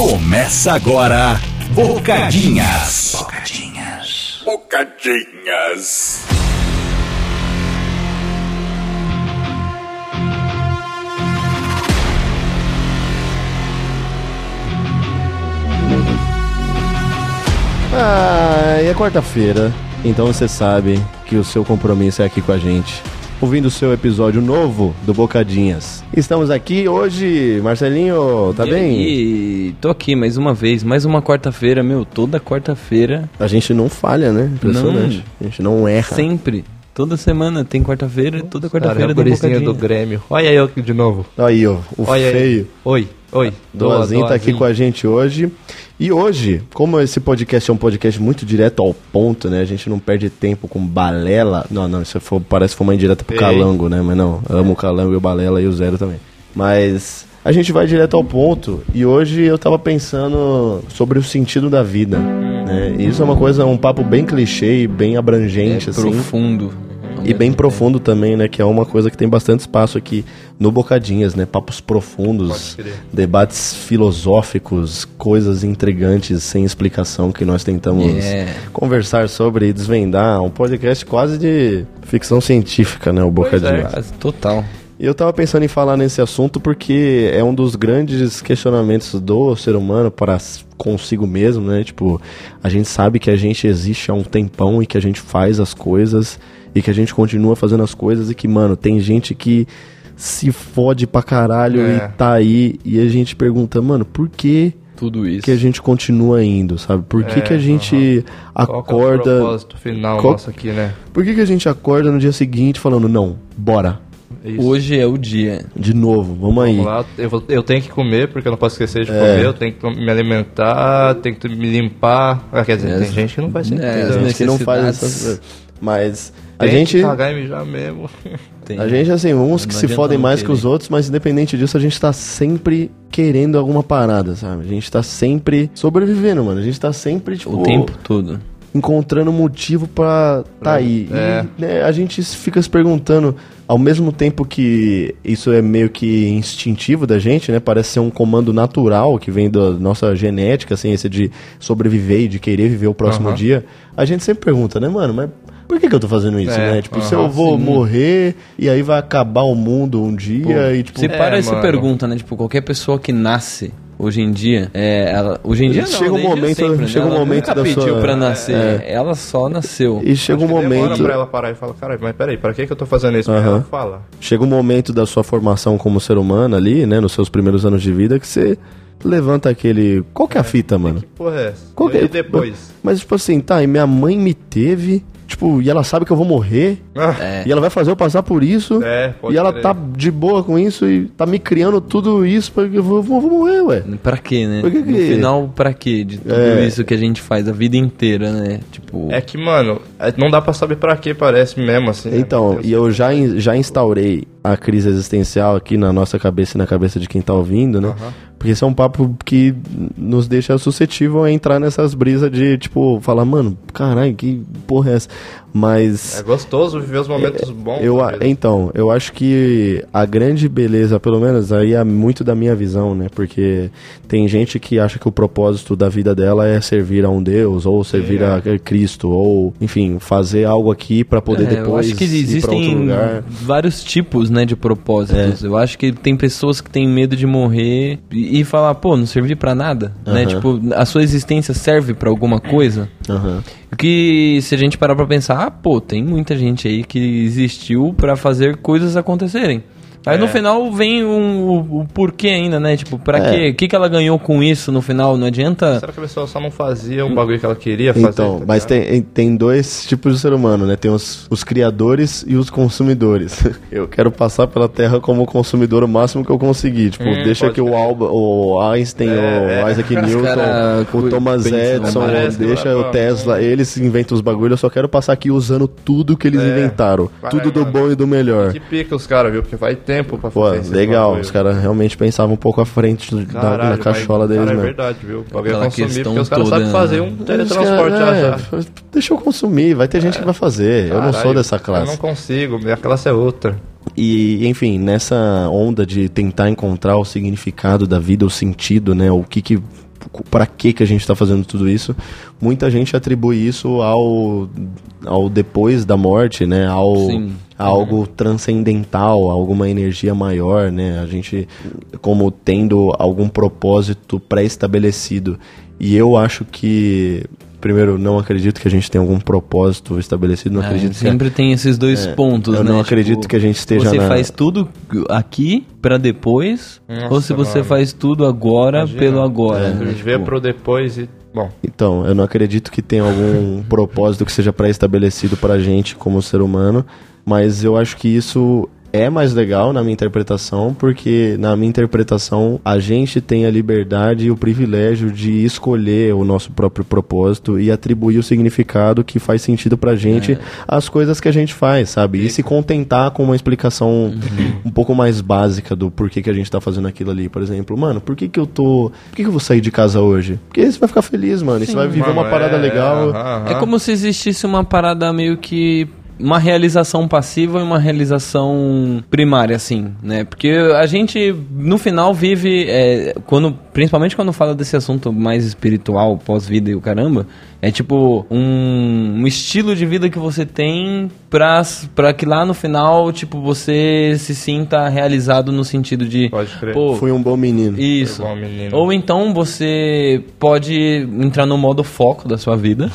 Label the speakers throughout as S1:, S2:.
S1: Começa agora, Bocadinhas. Bocadinhas.
S2: Bocadinhas.
S3: Ah, e é quarta-feira, então você sabe que o seu compromisso é aqui com a gente. Ouvindo o seu episódio novo do Bocadinhas. Estamos aqui hoje, Marcelinho, tá
S4: E
S3: bem?
S4: aí, tô aqui mais uma vez, mais uma quarta-feira, meu, toda quarta-feira,
S3: A gente não falha, né? Impressionante. A gente não erra.
S4: sempre, toda semana tem quarta-feira, toda
S5: Cara, é
S4: quarta-feira
S5: o
S4: tem um
S5: gurizinho do
S4: bocadinha.
S5: Grêmio. Olha eu aqui de novo.
S3: Aí, ó, o
S5: Olha aí.
S3: feio.
S5: Oi, oi.
S3: Doazinho tá aqui com a gente hoje. E hoje, como esse podcast é um podcast muito direto ao ponto, né? A gente não perde tempo com balela. Não, não, isso foi- parece que foi uma indireta pro
S5: Ei.
S3: Calango, né? Mas não, amo o Calango e o Balela e o Zero também. Mas a gente vai direto ao ponto. E hoje eu tava pensando sobre o sentido da vida.
S4: Hum.
S3: Né? E isso é uma coisa, um papo bem clichê e bem
S4: É
S3: abrangente, assim.
S4: profundo.
S5: Né?
S3: E bem profundo também, né? Que é uma coisa que tem bastante espaço aqui no Bocadinhas, né? Papos profundos,
S5: Pode crer.
S3: debates filosóficos, coisas intrigantes sem explicação que nós tentamos
S4: É.
S3: conversar sobre e desvendar. Um podcast quase de ficção científica, né? O
S5: é.
S3: Bocadinhas.
S4: Quase Total.
S3: E eu tava pensando em falar nesse assunto porque é um dos grandes questionamentos do ser humano para s- consigo mesmo, né? Tipo, a gente sabe que a gente existe há um tempão e que a gente faz as coisas e que a gente continua fazendo as coisas e que, mano, tem gente que se fode pra caralho
S5: É.
S3: e tá aí e a gente pergunta, mano, por que
S4: Tudo isso.
S3: que a gente continua indo, sabe? Por que
S5: É,
S3: que a gente
S5: Qual que é o
S3: acorda?
S5: propósito final
S3: Qual-
S5: nosso aqui, né?
S3: Por que que a gente acorda no dia seguinte falando, não, bora,
S5: Isso.
S4: Hoje é o dia.
S3: de novo, vamos, aí.
S5: Vamos lá, eu, vou- eu tenho que comer, porque eu não posso esquecer de
S3: É.
S5: comer, eu tenho que me alimentar, tenho que me limpar. Ah, quer dizer,
S4: É,
S5: tem gente que não vai ser.
S4: é,
S3: Tem
S4: as
S3: gente que não faz
S4: necessidades.
S3: essas coisas. Mas a
S5: Tem que
S3: gente,
S5: cagar e mijar mesmo.
S4: Tem.
S3: a gente, assim, uns
S4: Não
S3: que se
S4: adianta
S3: fodem
S4: não
S3: mais que
S4: querer.
S3: os outros, mas independente disso, a gente tá sempre querendo alguma parada, sabe? A gente tá sempre sobrevivendo, mano. A gente tá sempre, tipo,
S4: O tempo todo.
S3: encontrando motivo pra tá aí.
S5: É.
S3: E né, a gente fica se perguntando, ao mesmo tempo que isso é meio que instintivo da gente, né? Parece ser um comando natural que vem da nossa genética, assim, esse de sobreviver e de querer viver o próximo
S5: Aham.
S3: dia. A gente sempre pergunta, né, mano, mas por que, que eu tô fazendo isso,
S5: É,
S3: né? Tipo, se
S5: aham,
S3: eu vou
S5: sim.
S3: morrer e aí vai acabar o mundo um dia e tipo...
S4: Você para e se
S5: mano.
S4: pergunta, né, tipo, qualquer pessoa que nasce hoje em dia, é, ela, hoje em dia não,
S3: Chega um
S4: desde
S3: momento-
S4: sempre, né?
S3: chega um
S4: Ela
S3: momento
S4: nunca
S3: da
S4: pediu
S3: sua- É.
S4: pra nascer, ela só nasceu.
S3: E chega um
S5: Demora
S3: momento...
S5: pra ela parar e falar, caralho, mas peraí, pra que, que eu tô fazendo isso? Mas
S3: Aham.
S5: Ela fala.
S3: Chega um momento da sua formação como ser humano ali, né? Nos seus primeiros anos de vida, que você levanta aquele. Qual que é a fita, mano?
S5: Porra, é essa?
S3: Qual que é-
S5: E depois?
S3: Mas, tipo assim, tá, e minha mãe me teve, tipo, e ela sabe que eu vou morrer,
S5: Ah,
S4: É.
S3: e ela vai fazer eu passar por isso,
S5: É, pode
S3: e ela
S5: crer.
S3: tá de boa com isso e tá me criando tudo isso pra que eu vou, vou- vou morrer, ué.
S4: Pra quê, né?
S3: Por que
S4: No
S3: que-
S4: final, pra quê? De tudo
S3: É.
S4: isso que a gente faz a vida inteira, né? Tipo,
S5: É que, mano, é- não dá pra saber pra que parece mesmo, assim. né?
S3: Então,
S5: Meu Deus.
S3: e eu já, in- já instaurei a crise existencial aqui na nossa cabeça e na cabeça de quem tá ouvindo, né? Porque esse é um papo que nos deixa suscetível a entrar nessas brisas de, tipo, falar, mano, caralho, que porra é essa?
S5: É
S3: Mas.
S5: gostoso viver os momentos bons.
S3: é, Eu, a-
S5: talvez.
S3: então, eu acho que a grande beleza, pelo menos aí é muito da minha visão, né? Porque tem gente que acha que o propósito da vida dela é servir a um Deus, ou servir a Cristo, ou, enfim, fazer algo aqui pra poder
S4: É, eu
S3: depois
S4: acho que
S3: ir pra outro
S4: existem
S3: lugar. É.
S4: vários tipos, né, de propósitos. Eu acho que tem pessoas que têm medo de morrer e, e falar, pô, não servi pra nada, né? Tipo, a sua existência serve pra alguma coisa?
S3: Aham.
S4: O Que se a gente parar pra pensar, ah, pô, tem muita gente aí que existiu pra fazer coisas acontecerem. Aí no final vem um- o, o porquê ainda, né? Tipo, pra
S3: É.
S4: quê? O que, que ela ganhou com isso no final? Não adianta...
S5: Será que a pessoa só não fazia um bagulho que ela queria fazer?
S3: Hum. Então,
S5: tá
S3: mas
S5: ligado?
S3: tem, tem dois tipos de ser humano, né? Tem os, os criadores e os consumidores. Eu quero passar pela Terra como consumidor o máximo que eu conseguir. Tipo, deixa
S5: É, pode
S3: que o,
S5: crer.
S3: Alba, o Einstein,
S5: É,
S3: o
S5: é.
S3: Isaac
S5: Os
S3: Newton,
S4: cara
S3: o Thomas
S4: pensam,
S3: Edison,
S5: parece que
S3: deixa
S5: vai
S3: o
S5: pra-
S3: Tesla, eles inventam os bagulhos. Eu só quero passar aqui usando tudo que eles
S5: É.
S3: inventaram.
S5: Vai,
S3: tudo do
S5: mano.
S3: bom e do melhor.
S5: Que pica os caras, viu? Porque vai tempo pra
S3: Pô,
S5: fazer esses
S3: legal.
S5: bagulho.
S3: Os caras realmente pensavam um pouco à frente do- da, da
S5: Caralho,
S3: caixola
S5: mas,
S3: deles né?
S5: cara, É
S3: mesmo. É,
S5: verdade, viu? O bagulho é
S4: Aquela
S5: consumir,
S4: questão
S5: porque os caras
S4: toda,
S5: sabem fazer
S4: né?
S5: um
S3: Os
S5: teletransporte
S3: caras,
S5: já,
S3: é,
S5: já.
S3: Deixa eu consumir, vai ter gente que vai fazer. eu não sou
S5: Caralho,
S3: dessa classe.
S5: Eu não consigo, minha classe é outra.
S3: E, enfim, nessa onda de tentar encontrar o significado da vida, o sentido, né? O que que para que que a gente está fazendo tudo isso. Muita gente atribui isso ao, ao depois da morte, né? Ao
S4: Sim.
S3: a algo transcendental, a alguma energia maior, né? A gente como tendo algum propósito pré-estabelecido. E eu acho que primeiro não acredito que a gente tenha algum propósito estabelecido, não
S4: Ah,
S3: acredito que a-
S4: sempre tem esses dois pontos,
S3: eu
S4: né?
S3: não acredito que a gente esteja
S4: Você
S3: na-
S4: faz tudo aqui pra depois,
S5: Nossa,
S4: ou se você
S5: mano.
S4: faz tudo agora
S5: Imagina.
S4: pelo agora.
S3: É.
S5: A
S4: né?
S5: gente vê
S4: Tipo,
S5: É, pro depois e. Bom,
S3: Então, eu não acredito que tenha algum propósito que seja pré-estabelecido pra gente como ser humano, mas eu acho que isso é mais legal na minha interpretação, porque na minha interpretação a gente tem a liberdade e o privilégio de escolher o nosso próprio propósito e atribuir o significado que faz sentido pra gente
S5: É.
S3: às coisas que a gente faz, sabe? E se contentar com uma explicação
S5: Uhum.
S3: um pouco mais básica do porquê que a gente tá fazendo aquilo ali, por exemplo, mano, por que que eu tô, por que que eu vou sair de casa hoje? Porque você vai ficar feliz, mano, e você vai viver
S5: mano,
S3: uma parada
S5: é,
S3: legal.
S5: aham,
S4: É
S5: aham.
S4: como se existisse uma parada meio que uma realização passiva e uma realização primária, assim, né? Porque a gente, no final, vive, é, quando, principalmente quando fala desse assunto mais espiritual, pós-vida e o caramba, é tipo um, um estilo de vida que você tem pra, pra que lá no final, tipo, você se sinta realizado no sentido de...
S5: Pode crer.
S4: Pô,
S3: Fui um bom menino.
S4: isso.
S5: Igual menino.
S4: Ou então você pode entrar no modo foco da sua vida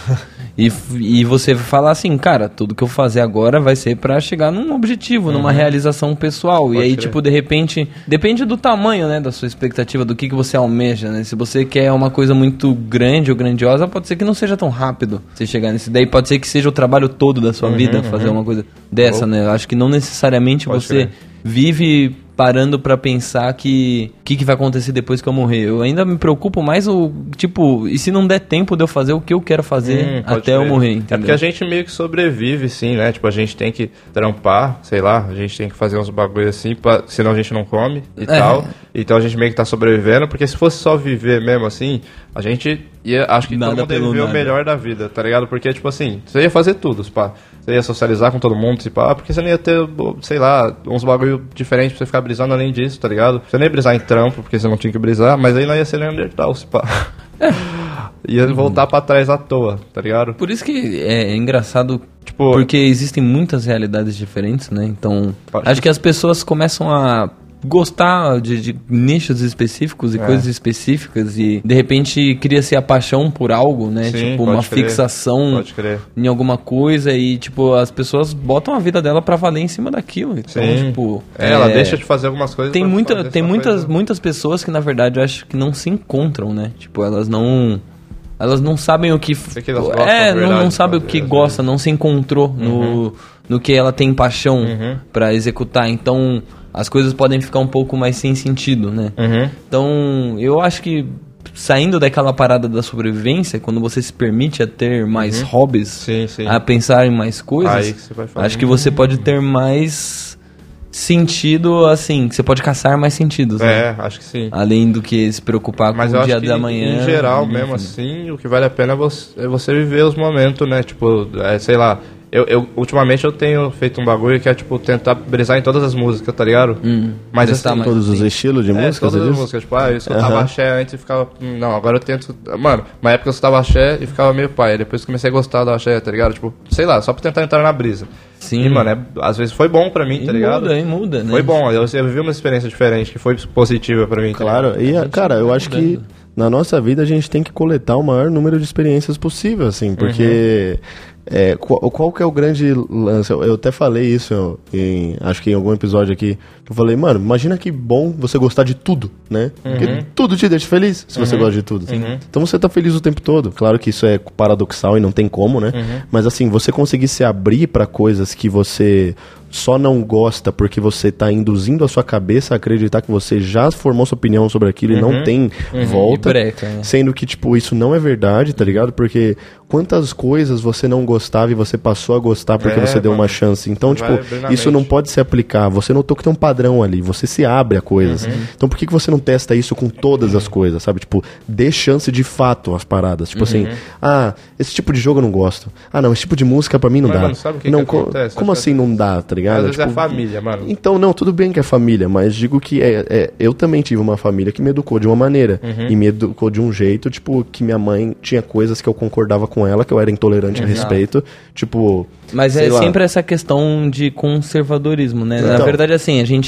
S4: e, f- e você falar assim, cara, tudo que eu fazer agora vai ser pra chegar num objetivo, numa realização pessoal. e
S5: Uhum. Pode
S4: aí,
S5: crer.
S4: tipo, de repente, depende do tamanho, né, da sua expectativa, do que, que você almeja, né? Se você quer uma coisa muito grande ou grandiosa, pode ser que não seja tão rápido você chegar nesse. Daí pode ser que seja o trabalho todo da
S5: Uhum,
S4: sua vida fazer uma coisa dessa, né? Eu acho que não necessariamente
S5: Pode
S4: você
S5: crer.
S4: vive parando pra pensar que o que, que vai acontecer depois que eu morrer. Eu ainda me preocupo mais o tipo, e se não der tempo de eu fazer o que eu quero fazer
S5: Hum, pode
S4: até eu
S5: crer.
S4: morrer,
S5: É
S4: entendeu?
S5: porque a gente meio que sobrevive, sim, né? Tipo, a gente tem que trampar, sei lá, a gente tem que fazer uns bagulho assim, pra- senão a gente não come e
S4: É.
S5: tal. Então a gente meio que tá sobrevivendo, porque se fosse só viver mesmo assim, a gente ia. Acho que
S4: Nada
S5: todo mundo ia
S4: pelo
S5: viver o
S4: nada.
S5: melhor da vida, tá ligado? Porque, tipo assim, você ia fazer tudo, se pá. Você ia socializar com todo mundo, se pá, porque você não ia ter, sei lá, uns bagulho diferentes pra você ficar brisando além disso, tá ligado? Você nem ia brisar em trampo, porque você não tinha que brisar, mas aí não ia ser é Neandertal, tá se pá.
S4: Uhum.
S5: Ia voltar pra trás à toa, tá ligado?
S4: Por isso que é, é engraçado,
S5: Tipo-
S4: porque existem muitas realidades diferentes, né? Então,
S5: Pode-
S4: acho que as pessoas começam a gostar de, de nichos específicos
S5: É.
S4: e coisas específicas e de repente cria-se a paixão por algo, né?
S5: Sim,
S4: tipo
S5: pode
S4: uma
S5: crer.
S4: fixação
S5: Pode crer.
S4: em alguma coisa e, tipo, as pessoas botam a vida dela pra valer em cima daquilo. Então,
S5: Sim.
S4: tipo.
S5: É, ela
S4: é,
S5: deixa de fazer algumas coisas.
S4: Tem,
S5: pra
S4: muita,
S5: fazer
S4: tem
S5: essa
S4: muitas,
S5: coisa.
S4: muitas pessoas que, na verdade, eu acho que não se encontram, né? Tipo, elas não. Elas não sabem o que.
S5: Sei que elas
S4: é,
S5: gostam, na
S4: não,
S5: verdade, assim. Uhum.
S4: não sabe o
S5: pode
S4: que
S5: ver, às
S4: gosta, não se encontrou no, no que ela tem paixão
S5: Uhum.
S4: pra executar. Então, as coisas podem ficar um pouco mais sem sentido, né?
S5: Uhum.
S4: Então, eu acho que saindo daquela parada da sobrevivência, quando você se permite a ter mais hobbies,
S5: Uhum. Sim, sim.
S4: a pensar em mais coisas,
S5: Aí que você vai fazer.
S4: acho que você pode ter mais sentido, assim, que você pode caçar mais sentidos, né?
S5: É, acho que sim.
S4: Além do que se preocupar
S5: Mas
S4: com
S5: eu
S4: o
S5: acho
S4: um dia
S5: que
S4: da manhã.
S5: em geral
S4: enfim.
S5: mesmo assim, o que vale a pena é você, é você viver os momentos, né? Tipo, é, sei lá. Eu, eu- ultimamente eu tenho feito um bagulho que é, tipo, tentar brisar em todas as músicas, tá ligado?
S4: Hum,
S5: Mas
S4: testar
S5: assim,
S4: mais.
S3: Todos os estilos de
S5: É,
S3: música,
S5: todas
S3: você
S5: as
S3: diz?
S5: músicas, tipo, ah, eu escutava
S3: Aham.
S5: axé antes e ficava. hum, Não, agora eu tento. Mano, na época eu escutava axé e ficava meio pai. Depois comecei a gostar do axé, tá ligado? Tipo, sei lá, só pra tentar entrar na brisa.
S4: Sim.
S5: E, mano, é- às vezes foi bom pra mim,
S4: E
S5: tá ligado?
S4: muda, e muda, né?
S5: Foi bom, eu, eu vivi uma experiência diferente que foi positiva pra mim. tá ligado?
S3: Claro, e a- cara, eu acho que na nossa vida a gente tem que coletar o maior número de experiências possível, assim, porque é, qual, qual que é o grande lance? Eu, eu até falei isso em, acho que em algum episódio aqui, que eu falei, mano, imagina que bom você gostar de tudo, né? Porque tudo te deixa feliz se você gosta de tudo. Então você tá feliz o tempo todo. Claro que isso é paradoxal e não tem como, né? Mas assim, você conseguir se abrir pra coisas que você só não gosta porque você tá induzindo a sua cabeça a acreditar que você já formou sua opinião sobre aquilo e não tem volta.
S4: Uhum. E breca, né?
S3: Sendo que, tipo, isso não é verdade, tá ligado? Porque quantas coisas você não gostava e você passou a gostar porque
S5: É,
S3: você deu uma
S5: mano.
S3: chance. Então,
S5: Vai
S3: tipo,
S5: abrir na
S3: isso não
S5: mente.
S3: pode se aplicar. Você notou que tem um padrão ali, você se abre a coisas.
S4: Uhum.
S3: Então, por que, que você não testa isso com todas as coisas, sabe? Tipo, dê chance de fato às paradas. Tipo assim,
S4: Uhum.
S3: ah, esse tipo de jogo eu não gosto. Ah, não, esse tipo de música pra mim não
S5: Mas,
S3: dá.
S5: mano, sabe o que
S3: não,
S5: que
S3: co-
S5: acontece?
S3: Como
S5: Acho que
S3: assim não dá, tá ligado?
S5: Às vezes é
S3: Tipo,
S5: família, mano.
S3: Então, não, tudo bem que é família, mas digo que é, é- eu também tive uma família que me educou de uma maneira.
S5: Uhum.
S3: E me educou de um jeito, tipo, que minha mãe tinha coisas que eu concordava com ela, que eu era intolerante a respeito. Tipo.
S4: Mas
S3: sei
S4: é
S3: lá.
S4: sempre essa questão de conservadorismo, né? Na
S3: Então.
S4: verdade, assim, a gente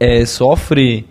S4: é, sofre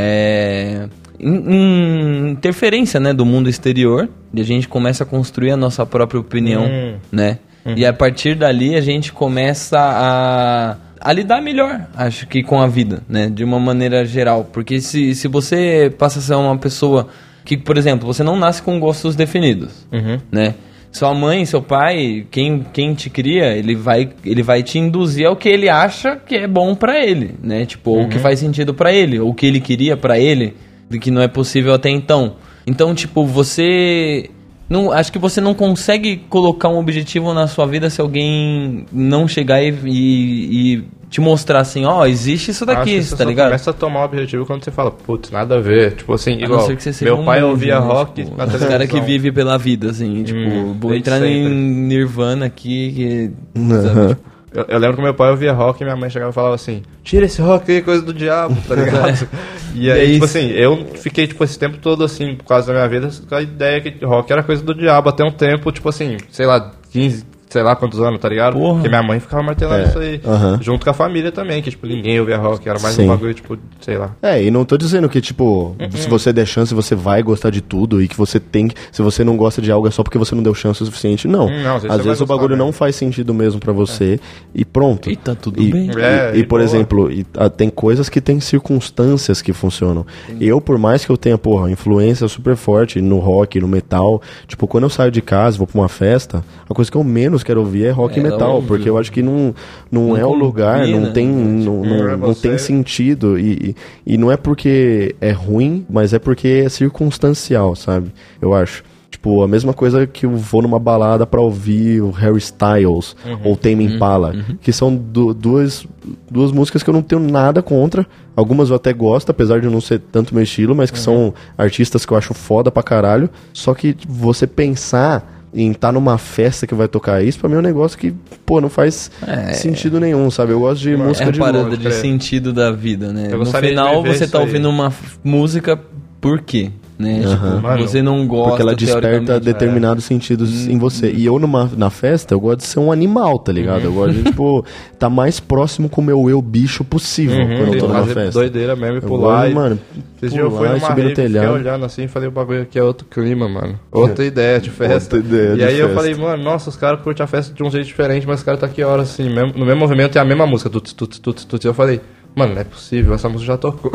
S4: é, in- in- interferência né, do mundo exterior e a gente começa a construir a nossa própria opinião,
S5: Hum.
S4: né? E a partir dali a gente começa a, a lidar melhor, acho que com a vida, né? De uma maneira geral. Porque se, se você passa a ser uma pessoa que, por exemplo, você não nasce com gostos definidos,
S3: Uhum.
S4: né? Sua mãe, seu pai, quem, quem te cria, ele vai, ele vai te induzir ao que ele acha que é bom pra ele, né? Tipo, ou o que
S5: Uhum.
S4: faz sentido pra ele, ou o que ele queria pra ele, do que não é possível até então. Então, tipo, você não, acho que você não consegue colocar um objetivo na sua vida se alguém não chegar e, e- e te mostrar assim, ó, existe isso
S5: Acho que
S4: daqui,
S5: você
S4: tá
S5: só
S4: ligado?
S5: começa a tomar o objetivo quando você fala, putz, nada a ver. Tipo assim,
S4: A não
S5: igual,
S4: ser que você seja
S5: meu
S4: um
S5: pai
S4: nerd,
S5: ouvia
S4: né?
S5: rock
S4: Tipo,
S5: na
S4: Os
S5: televisão. Hum,
S4: caras que vivem pela vida, assim, tipo, vou
S5: desde
S4: entrar em
S5: sempre.
S4: Nirvana aqui, que...
S3: Aham.
S5: Eu, eu lembro que meu pai ouvia rock e minha mãe chegava e falava assim, tira esse rock aí, coisa do diabo, tá ligado? e
S4: E é
S5: aí, tipo
S4: isso.
S5: assim, eu fiquei, tipo, esse tempo todo, assim, por causa da minha vida, com a ideia que rock era coisa do diabo até um tempo, tipo assim, sei lá, 15, sei lá quantos anos, tá ligado?
S4: Porra.
S5: Porque minha mãe ficava martelando
S3: É,
S5: isso aí.
S3: aham.
S5: Junto com a família também, que, tipo, ninguém ouvia rock, era mais
S3: Sim.
S5: um bagulho, tipo, sei lá.
S3: É, e não tô dizendo que, tipo,
S5: Uhum.
S3: se você der chance, você vai gostar de tudo e que você tem que. Se você não gosta de algo, é só porque você não deu chance o suficiente. Não.
S5: Hum, não,
S3: às
S5: às
S3: vezes,
S5: vezes você vai
S3: o
S5: gostar
S3: bagulho
S5: mesmo.
S3: não faz sentido mesmo pra você e pronto.
S4: E tá tudo
S3: E-
S4: bem.
S3: E,
S5: É,
S3: e,
S5: e
S3: por
S5: boa.
S3: exemplo, e, ah, tem coisas que tem circunstâncias que funcionam. Eu, por mais que eu tenha, porra, influência super forte no rock, no metal, tipo, quando eu saio de casa, vou pra uma festa, a coisa que eu menos quero ouvir é rock
S4: É,
S3: e metal,
S4: óbvio.
S3: porque eu acho que não, não,
S4: Não
S3: é o lugar,
S4: combina, né?
S3: não tem, não, não-
S5: é
S3: não tem
S5: você-
S3: sentido. E, e, e não é porque é ruim, mas é porque é circunstancial, sabe? Eu acho. Tipo, a mesma coisa que eu vou numa balada pra ouvir o Harry Styles ou Tame Impala, que são du- duas, duas músicas que eu não tenho nada contra. Algumas eu até gosto, apesar de não ser tanto meu estilo, mas que são artistas que eu acho foda pra caralho. Só que tipo, você pensar em estar numa festa que vai tocar isso, pra mim é um negócio que, pô, não faz sentido nenhum, sabe? Eu gosto de música
S4: É a
S3: de
S4: parada
S5: longe,
S4: de
S5: creio.
S4: sentido da vida, né?
S5: Eu
S4: no
S5: gostaria de
S4: final
S5: viver
S4: você
S5: isso
S4: tá
S5: aí.
S4: ouvindo uma f- música por quê? Né? Tipo,
S5: Mano,
S4: você não gosta
S3: Porque ela desperta
S4: teoricamente.
S5: né?
S3: determinados sentidos
S5: Uhum.
S3: em você. E eu numa, na festa, eu gosto de ser um animal, tá ligado?
S5: Uhum.
S3: Eu gosto de, tipo, tá mais próximo com o meu eu bicho possível quando eu tô numa
S5: Uhum. fazer
S3: festa.
S5: doideira mesmo e
S3: Eu
S5: pular.
S3: gosto,
S5: e...
S3: mano,
S5: Esse dia eu fui
S3: pular e
S5: numa
S3: subir no
S5: rave, fiquei
S3: telhado.
S5: olhando assim e falei, o bagulho aqui é outro clima, mano. Outra ideia de festa.
S3: Outra ideia
S5: e
S3: de
S5: aí eu
S3: festa.
S5: falei, mano, nossa, os caras curtem a festa de um jeito diferente, mas os caras tá aqui hora assim, mesmo- no mesmo movimento é a mesma música, tut, tut, tut, tut. E eu falei, mano, não é possível, essa música já tocou.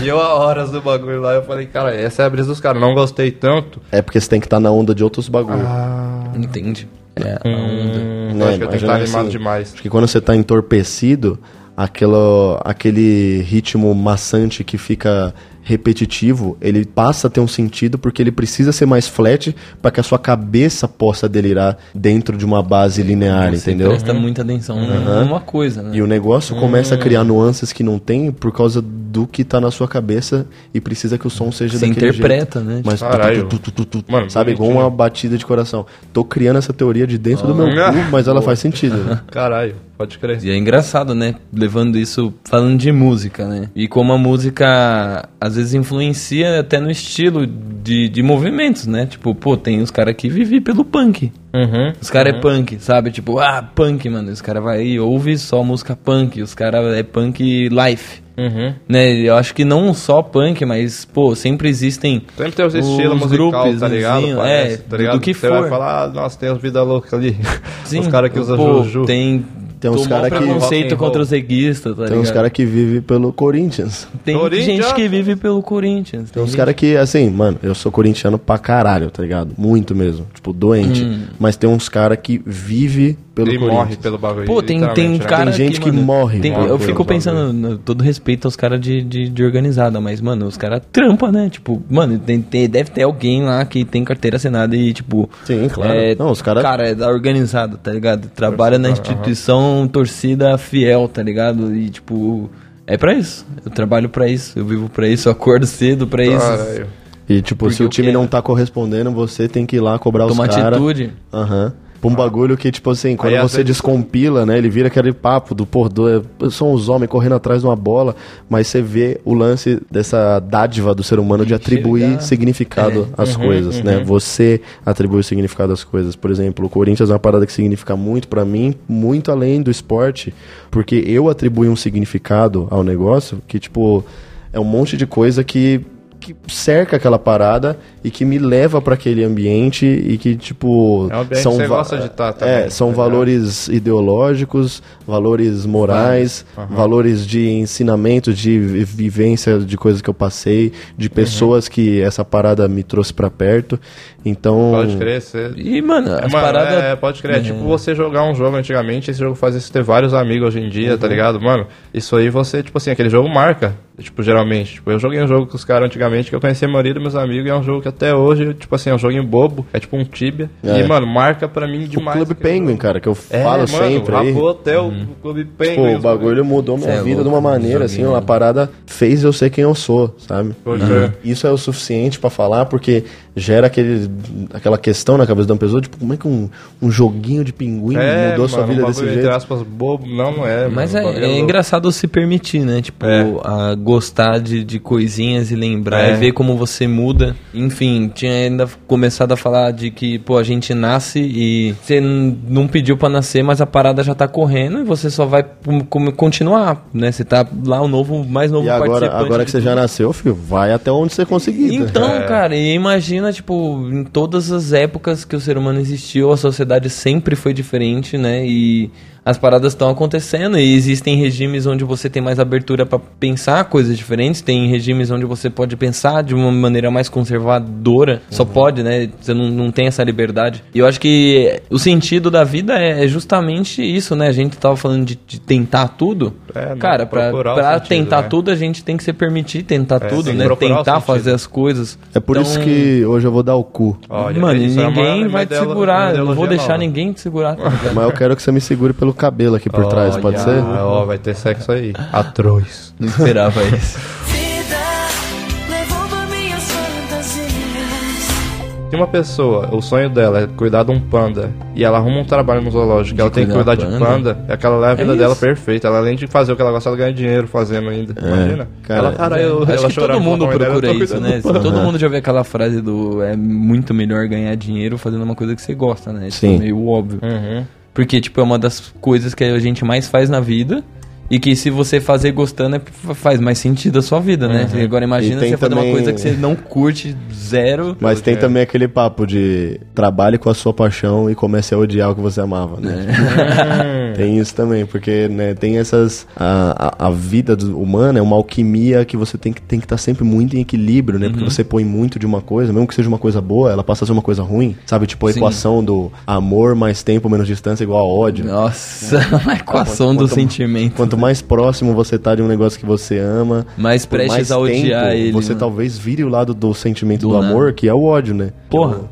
S5: e eu a horas do bagulho lá, eu falei, cara, essa é a brisa dos caras, não gostei tanto.
S3: É porque você tem que estar na onda de outros bagulhos.
S5: Ah.
S4: Entende? É.
S5: Hum,
S3: Né,
S5: acho que eu tenho
S3: imagina
S5: que estar animado
S3: assim.
S5: demais.
S3: Porque quando você tá entorpecido, aquela, aquele ritmo maçante que fica repetitivo, ele passa a ter um sentido porque ele precisa ser mais flat para que a sua cabeça possa delirar dentro de uma base linear,
S4: Você
S3: entendeu?
S4: presta muita atenção numa coisa, né?
S3: E o negócio
S5: Hum.
S3: começa a criar nuances que não tem por causa do que tá na sua cabeça e precisa que o som seja
S4: Você
S3: daquele
S4: interpreta,
S3: jeito.
S4: né?
S3: Mas
S5: Caralho.
S3: tu, tu, tu, tu, tu,
S5: Mano,
S3: sabe, igual uma batida de coração. Tô criando essa teoria de dentro do meu
S5: Ah.
S3: cu, mas ela faz sentido. né?
S4: Tá
S5: Caralho, pode crer.
S4: E é engraçado, né? Levando isso, falando de música, né? E como a música às vezes influencia até no estilo de, de movimentos, né? Tipo, pô, tem os caras que vivem pelo punk.
S5: Uhum.
S4: Os caras é punk, sabe? Tipo, ah, punk, mano. Os caras vai e ouve só música punk. Os caras é punk life.
S5: Uhum.
S4: Né? Eu acho que não só punk, mas, pô, sempre existem.
S5: Sempre tem os estilos musicais, tá ligado?
S4: nozinho,
S5: Parece,
S4: é,
S5: tá ligado?
S4: do que
S5: Você
S4: for.
S5: vai falar, ah, nossa, tem as vidas loucas ali.
S4: Sim,
S5: os caras que usam
S4: pô,
S5: Juju.
S4: Tem,
S3: Tem uns
S4: tomou
S3: cara que-
S5: Rock
S4: preconceito
S5: and roll.
S4: contra os reguistas, tá
S3: Tem uns
S4: ligado?
S3: caras que vivem pelo Corinthians.
S4: Tem
S5: Corinthians.
S4: gente que vive pelo Corinthians.
S3: Tem uns
S4: gente-
S3: caras que, assim, mano, eu sou corintiano pra caralho, tá ligado? Muito mesmo. Tipo, doente.
S4: Hum.
S3: Mas tem uns caras que vive pelo
S5: Ele
S3: Corinthians.
S5: morre pelo bagulho.
S4: Pô, tem, tem
S5: literalmente, né?
S4: cara
S3: Tem gente que
S4: mano,
S3: morre,
S4: tem-
S3: mano,
S4: eu
S3: por
S4: fico
S3: bagulho.
S4: pensando, no- todo respeito aos caras de, de, de organizada, mas, mano, os caras trampa, né? Tipo, mano, tem, tem- deve ter alguém lá que tem carteira assinada e, tipo...
S3: Sim, claro.
S4: é,
S3: Não, os caras-
S4: Cara, é da organizada, tá ligado? Trabalha na instituição torcida fiel, tá ligado? E, tipo... É pra isso. Eu trabalho pra isso. Eu vivo pra isso. Eu acordo cedo pra
S5: Tá,
S4: isso.
S5: Caralho.
S3: E, tipo,
S4: Porque
S3: se o
S4: eu
S3: time
S4: quero.
S3: não tá correspondendo, você tem que ir lá cobrar
S4: Toma
S3: os caras.
S4: atitude.
S3: Aham. Pra um bagulho que, tipo assim, quando
S5: Aí, às
S3: você
S5: vezes-
S3: descompila, né? Ele vira aquele papo do pô, do, são os homens correndo atrás de uma bola, mas você vê o lance dessa dádiva do ser humano de atribuir significado às
S5: Uhum,
S3: coisas, né? Você atribui significado às coisas. Por exemplo, o Corinthians é uma parada que significa muito pra mim, muito além do esporte, porque eu atribuí um significado ao negócio que, tipo, é um monte de coisa que que cerca aquela parada e que me leva pra aquele ambiente e que tipo
S5: É um ambiente que você
S3: va-
S5: gosta de tá também,
S3: é, são
S5: tá ligado?
S3: valores ideológicos, valores morais, valores de ensinamento, de vi- vivência de coisas que eu passei, de
S5: Uhum.
S3: pessoas que essa parada me trouxe pra perto. Então
S5: Pode crer, você...
S4: E, mano, as
S5: Mano,
S4: paradas.
S5: é, pode crer. É tipo você jogar um jogo antigamente, esse jogo faz você ter vários amigos hoje em dia,
S3: Uhum.
S5: tá ligado? Mano, isso aí você, tipo assim, aquele jogo marca, tipo, geralmente. Tipo, eu joguei um jogo com os caras antigamente que eu conhecia a maioria dos meus amigos e é um jogo que até hoje, tipo assim, é um joguinho bobo, é tipo um Tibia.
S3: É.
S5: E, mano, marca pra mim
S3: o
S5: demais.
S3: Clube
S5: aquele
S3: Penguin,
S5: jogo.
S3: cara, que eu
S5: É,
S3: falo
S5: mano,
S3: sempre aí. Uhum.
S5: rapou até o- o Clube Penguin.
S3: Pô, o
S5: os-
S3: bagulho mudou minha
S4: Cê é
S3: vida de uma
S4: louco,
S3: maneira, assim,
S4: joguinho. né?
S3: uma parada fez eu ser quem eu sou, sabe?
S5: Pode crer.
S3: Isso é o suficiente pra falar, porque gera aquele, aquela questão na cabeça de uma pessoa, tipo, como é que um, um joguinho de pinguim
S5: É,
S3: mudou sua
S5: mano,
S3: vida
S5: um
S3: desse
S5: bagulho,
S3: jeito?
S5: Entre aspas, bobo, não é.
S4: Mas é,
S5: mano, o bagulho
S4: é
S5: louco.
S4: engraçado se permitir, né? Tipo, a gostar de, de coisinhas e lembrar
S5: É.
S4: e ver como você muda. Enfim, tinha ainda começado a falar de que, pô, a gente nasce e você n- não pediu pra nascer, mas a parada já tá correndo e você só vai com- com- continuar, né? Você tá lá o novo, mais novo
S3: E agora,
S4: participante.
S3: agora que
S4: de
S3: você já nasceu, filho, vai até onde você conseguir. tá?
S4: então,
S5: É.
S4: cara, e imagina, tipo, em todas as épocas que o ser humano existiu, a sociedade sempre foi diferente, né? E as paradas estão acontecendo e existem regimes onde você tem mais abertura pra pensar coisas diferentes, tem regimes onde você pode pensar de uma maneira mais conservadora,
S5: Uhum.
S4: só pode, né? Você não, não tem essa liberdade. E eu acho que o sentido da vida é justamente isso, né? A gente tava falando de, de tentar tudo.
S5: É, não,
S4: cara, pra,
S5: procurar o
S4: pra
S5: sentido,
S4: tentar
S5: né?
S4: tudo, a gente tem que se permitir tentar
S5: É,
S4: tudo,
S5: tem que
S4: né?
S5: procurar o
S4: Tentar
S5: sentido.
S4: fazer as coisas.
S3: É por
S4: Então,
S3: isso que hoje eu vou dar o cu.
S5: Olha,
S4: mano,
S5: isso é uma-
S4: ninguém
S5: uma
S4: vai te
S5: ideolo- uma
S4: segurar. Eu não vou
S5: ideologia
S4: deixar
S5: nova.
S4: ninguém te segurar. tá ligado?
S3: Mas eu quero que você me segure pelo cabelo aqui por trás, pode
S5: Olha,
S3: ser?
S5: É, Ó, vai ter sexo aí. Atroz.
S4: não esperava isso.
S6: Vida levando minhas fantasias.
S5: Se uma pessoa, o sonho dela é cuidar de um panda, e ela arruma um trabalho no zoológico, ela tem que
S4: cuidar
S5: cuidar de
S4: panda?
S5: panda, é que ela leva a vida
S4: É
S5: dela
S4: isso. É,
S5: perfeita. Ela, além de fazer o que ela gosta, ela ganha dinheiro fazendo ainda. Imagina.
S3: cara,
S5: ela, cara, eu,
S4: Acho
S5: ela
S4: que todo
S5: chorando pela
S4: mundo
S5: mãe dela, eu tô
S4: procura isso,
S5: cuidando
S4: né?
S5: do panda.
S4: Todo mundo já vê aquela frase do é muito melhor ganhar dinheiro fazendo uma coisa que você gosta, né? Isso
S3: Sim.
S4: é meio óbvio.
S5: Uhum.
S4: Porque, tipo, é uma das coisas que a gente mais faz na vida. E que se você fazer gostando, é- faz mais sentido a sua vida, né?
S5: Uhum.
S4: Agora imagina
S3: E tem
S4: você fazer uma
S3: também-
S4: coisa que você não curte zero.
S3: Mas tem também aquele papo de trabalhe com a sua paixão e comece a odiar o que você amava, né?
S4: É.
S3: tem isso também, porque né, tem essas. A, a, a vida do- humana é uma alquimia que você tem que estar tem que tá sempre muito em equilíbrio, né?
S4: Uhum.
S3: Porque você põe muito de uma coisa, mesmo que seja uma coisa boa, ela passa a ser uma coisa ruim. Sabe, tipo a
S4: Sim.
S3: equação do amor mais tempo menos distância igual a ódio.
S4: Nossa, a equação do
S3: Ah, quanto-
S4: sentimento.
S3: Quanto mais próximo você tá de um negócio que você ama,
S4: Mais
S3: por
S4: prestes a odiar ele,
S3: Você
S4: né?
S3: talvez vire o lado do sentimento do,
S4: Do nada.
S3: amor, que é o ódio, né?
S4: Porra.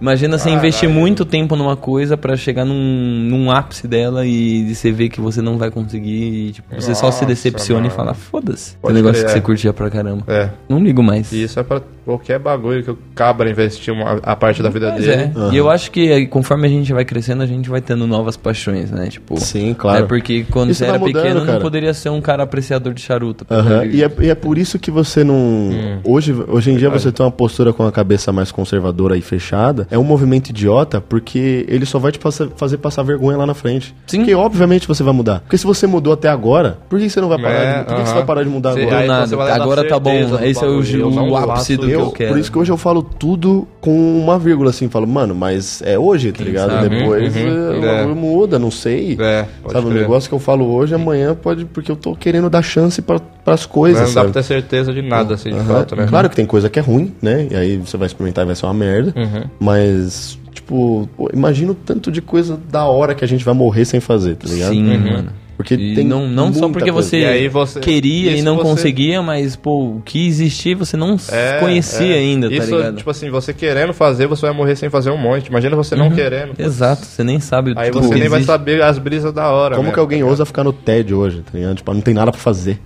S4: Imagina você investir muito tempo numa coisa pra chegar num, num ápice dela e você ver que você não vai conseguir. E, tipo, você só se
S5: Nossa,
S4: decepciona e
S5: mano.
S4: fala, foda-se. O
S5: Pode
S4: negócio
S5: crer,
S4: que você
S5: é.
S4: curtia pra caramba.
S5: É.
S4: Não ligo mais.
S5: E isso é pra qualquer bagulho que o cabra investiu uma- a parte da vida
S4: Mas
S5: dele.
S4: é. E eu acho que eh, conforme a gente vai crescendo, a gente vai tendo novas paixões, né? Tipo,
S3: Sim, claro.
S4: É porque quando
S3: Isso
S4: você
S3: vai
S4: era
S3: mudando,
S4: pequeno, não
S3: cara.
S4: poderia ser um cara apreciador de charuto.
S3: Aham, E, é, e é por isso que você não.
S4: Hum.
S3: Hoje, hoje em dia você tem uma postura com a cabeça mais conservadora e fechada. É um movimento idiota porque ele só vai te passa- fazer passar vergonha lá na frente.
S4: Sim.
S3: Porque obviamente você vai mudar. Porque se você mudou até agora, por que você não vai parar, de, por que você
S5: aham.
S3: vai parar de mudar
S5: Sim,
S3: agora?
S5: aí você
S4: nada.
S5: vai dar
S4: Agora tá bom,
S5: certeza do
S4: esse é o
S5: bagulho.
S4: ju-
S5: Eu não
S4: o ápice
S5: faço
S4: do que
S5: isso.
S4: eu quero. né?
S3: Por isso que hoje eu falo tudo com uma vírgula, assim, falo, mano, mas é hoje, tá ligado?
S4: sabe?
S3: Depois
S5: Uhum,
S3: eh, o
S5: é.
S3: bagulho muda, não sei.
S5: É, pode
S3: sabe, o
S5: crer.
S3: negócio que eu falo hoje, amanhã pode. Porque eu tô querendo dar chance pra, pras coisas.
S5: Não dá pra
S3: sabe?
S5: ter certeza de nada, assim, de
S3: Aham.
S5: fato, né?
S3: Claro que tem coisa que é ruim, né? E aí você vai experimentar e vai ser uma merda.
S4: Uhum.
S3: Mas, tipo, pô, imagina o tanto de coisa da hora que a gente vai morrer sem fazer, tá ligado?
S4: Sim, mano.
S3: Porque
S4: E
S3: tem
S4: não, não só
S3: muita
S4: porque
S3: coisa.
S5: E
S4: você,
S5: aí você-
S4: queria e
S5: isso
S4: não
S5: você-
S4: conseguia, mas, pô, o que existia você não s-
S5: É,
S4: conhecia
S5: é.
S4: ainda, tá
S5: Isso,
S4: ligado?
S5: tipo assim, você querendo fazer, você vai morrer sem fazer um monte. Imagina você não querendo.
S4: Exato, você nem sabe
S5: assim, Aí
S4: Uhum. tipo,
S5: você
S4: o que
S5: nem vai
S4: existe.
S5: saber as brisas da hora.
S3: Como
S4: é
S5: mesmo,
S3: que alguém
S5: tá ligado?
S3: ousa ficar no TED hoje, tá ligado? Tipo, não tem nada pra fazer.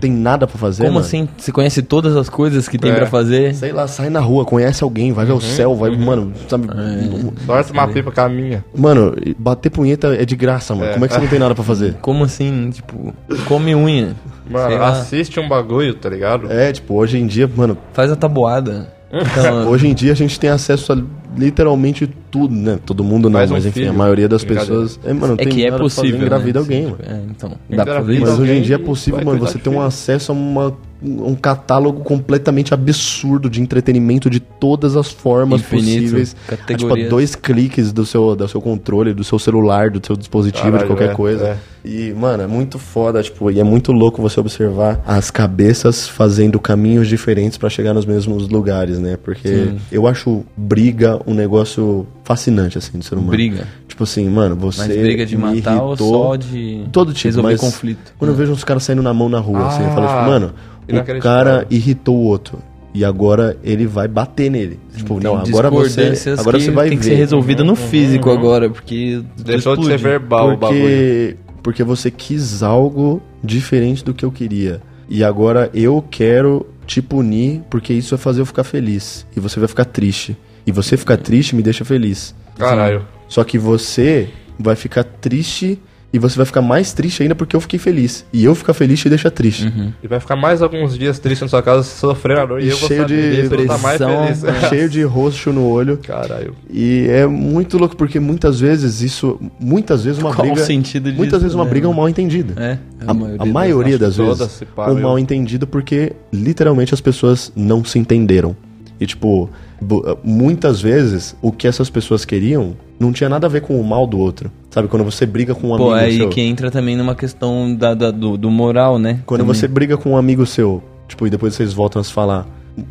S3: Tem nada pra fazer,
S4: Hum. Como
S3: mano?
S4: assim? Você conhece todas as coisas que tem
S5: É.
S4: pra fazer?
S3: Sei lá, sai na rua, conhece alguém, vai ver
S5: Uhum.
S3: o céu, vai, mano, sabe?
S5: Torta uma pipa com a minha.
S3: Mano, bater punheta é de graça, mano.
S5: É.
S3: Como é que você não tem nada pra fazer?
S4: Como assim? Tipo, come unha. Sei
S5: Mano,
S4: lá.
S5: assiste um bagulho, tá ligado?
S3: É, tipo, hoje em dia, mano,
S4: Faz a tabuada.
S5: Ah.
S4: Então,
S3: hoje em dia a gente tem acesso a literalmente tudo, né? Todo mundo não,
S5: Faz um
S3: mas enfim,
S5: filho.
S3: a maioria das
S5: Brincadeira.
S3: pessoas. É, mano,
S4: é
S3: tem
S4: que é
S3: nada pra fazer,
S4: possível.
S3: engravida
S4: né?
S3: alguém,
S4: Sim,
S3: mano.
S4: tipo, É, então. Dá pra fazer
S5: Engravida
S3: Mas
S4: isso?
S5: alguém.
S3: hoje em dia é
S5: e
S3: possível,
S5: vai
S3: mano,
S5: cuidar
S3: você
S5: de
S3: ter um
S5: filho.
S3: acesso a uma- um catálogo completamente absurdo de entretenimento de todas as formas
S4: Infinito,
S3: possíveis. É, tipo, a
S4: categorias.
S3: dois cliques do seu, do seu controle, do seu celular, do seu dispositivo, de
S5: Caralho,
S3: qualquer
S5: é,
S3: coisa.
S5: é.
S3: E, mano, é muito foda, tipo, e é muito louco você observar as cabeças fazendo caminhos diferentes pra chegar nos mesmos lugares, né? Porque eu acho briga um negócio fascinante, assim, do ser humano.
S4: Briga.
S3: Tipo assim, mano, você.
S4: Mas briga de
S3: me
S4: matar ou
S3: irritou
S4: só de
S3: todo tipo,
S4: resolver
S3: mas
S4: conflito?
S3: Quando eu vejo uns caras saindo na mão na rua, assim, eu
S5: Ah,
S3: falo tipo, mano,
S4: é
S3: o
S5: inacreditável.
S3: cara irritou o outro. E agora ele vai bater nele. Tipo, não, agora você,
S4: Discordâncias
S3: agora
S4: que
S3: você vai
S4: tem que
S3: ver.
S4: ser resolvida no físico agora, porque
S5: Deixou de ser
S4: explode.
S5: verbal o bagulho.
S3: porque, porque você quis algo diferente do que eu queria. E agora eu quero te punir, porque isso vai fazer eu ficar feliz. E você vai ficar triste. E você ficar triste me deixa feliz.
S5: Caralho.
S3: Só que você vai ficar triste e você vai ficar mais triste ainda porque eu fiquei feliz. E eu ficar feliz te deixa triste.
S5: E vai ficar mais alguns dias triste na sua casa, sofrendo a dor, e,
S3: E
S5: eu vou
S3: cheio
S5: saber
S3: de
S5: disso, eu vou tá mais
S4: depressão, né?
S5: feliz.
S3: Cheio de roxo no olho.
S5: Caralho.
S3: E é muito louco porque muitas vezes isso. Muitas vezes uma
S4: Qual
S3: briga.
S4: o sentido disso?
S3: muitas vezes uma
S4: né,
S3: briga é um
S4: mano?
S3: mal entendido.
S4: É,
S3: A, a maioria, das,
S5: acho que todas
S3: vezes
S5: se
S3: o
S5: pá,
S3: mal
S5: eu-
S3: entendido porque literalmente as pessoas não se entenderam. E tipo, bu- muitas vezes o que essas pessoas queriam não tinha nada a ver com o mal do outro. Sabe, quando você briga com um
S4: Pô,
S3: amigo
S4: aí
S3: seu.
S4: que entra também numa questão da, da- do, do moral, né?
S3: Quando
S4: Também.
S3: você briga com um amigo seu, tipo, e depois vocês voltam a se falar.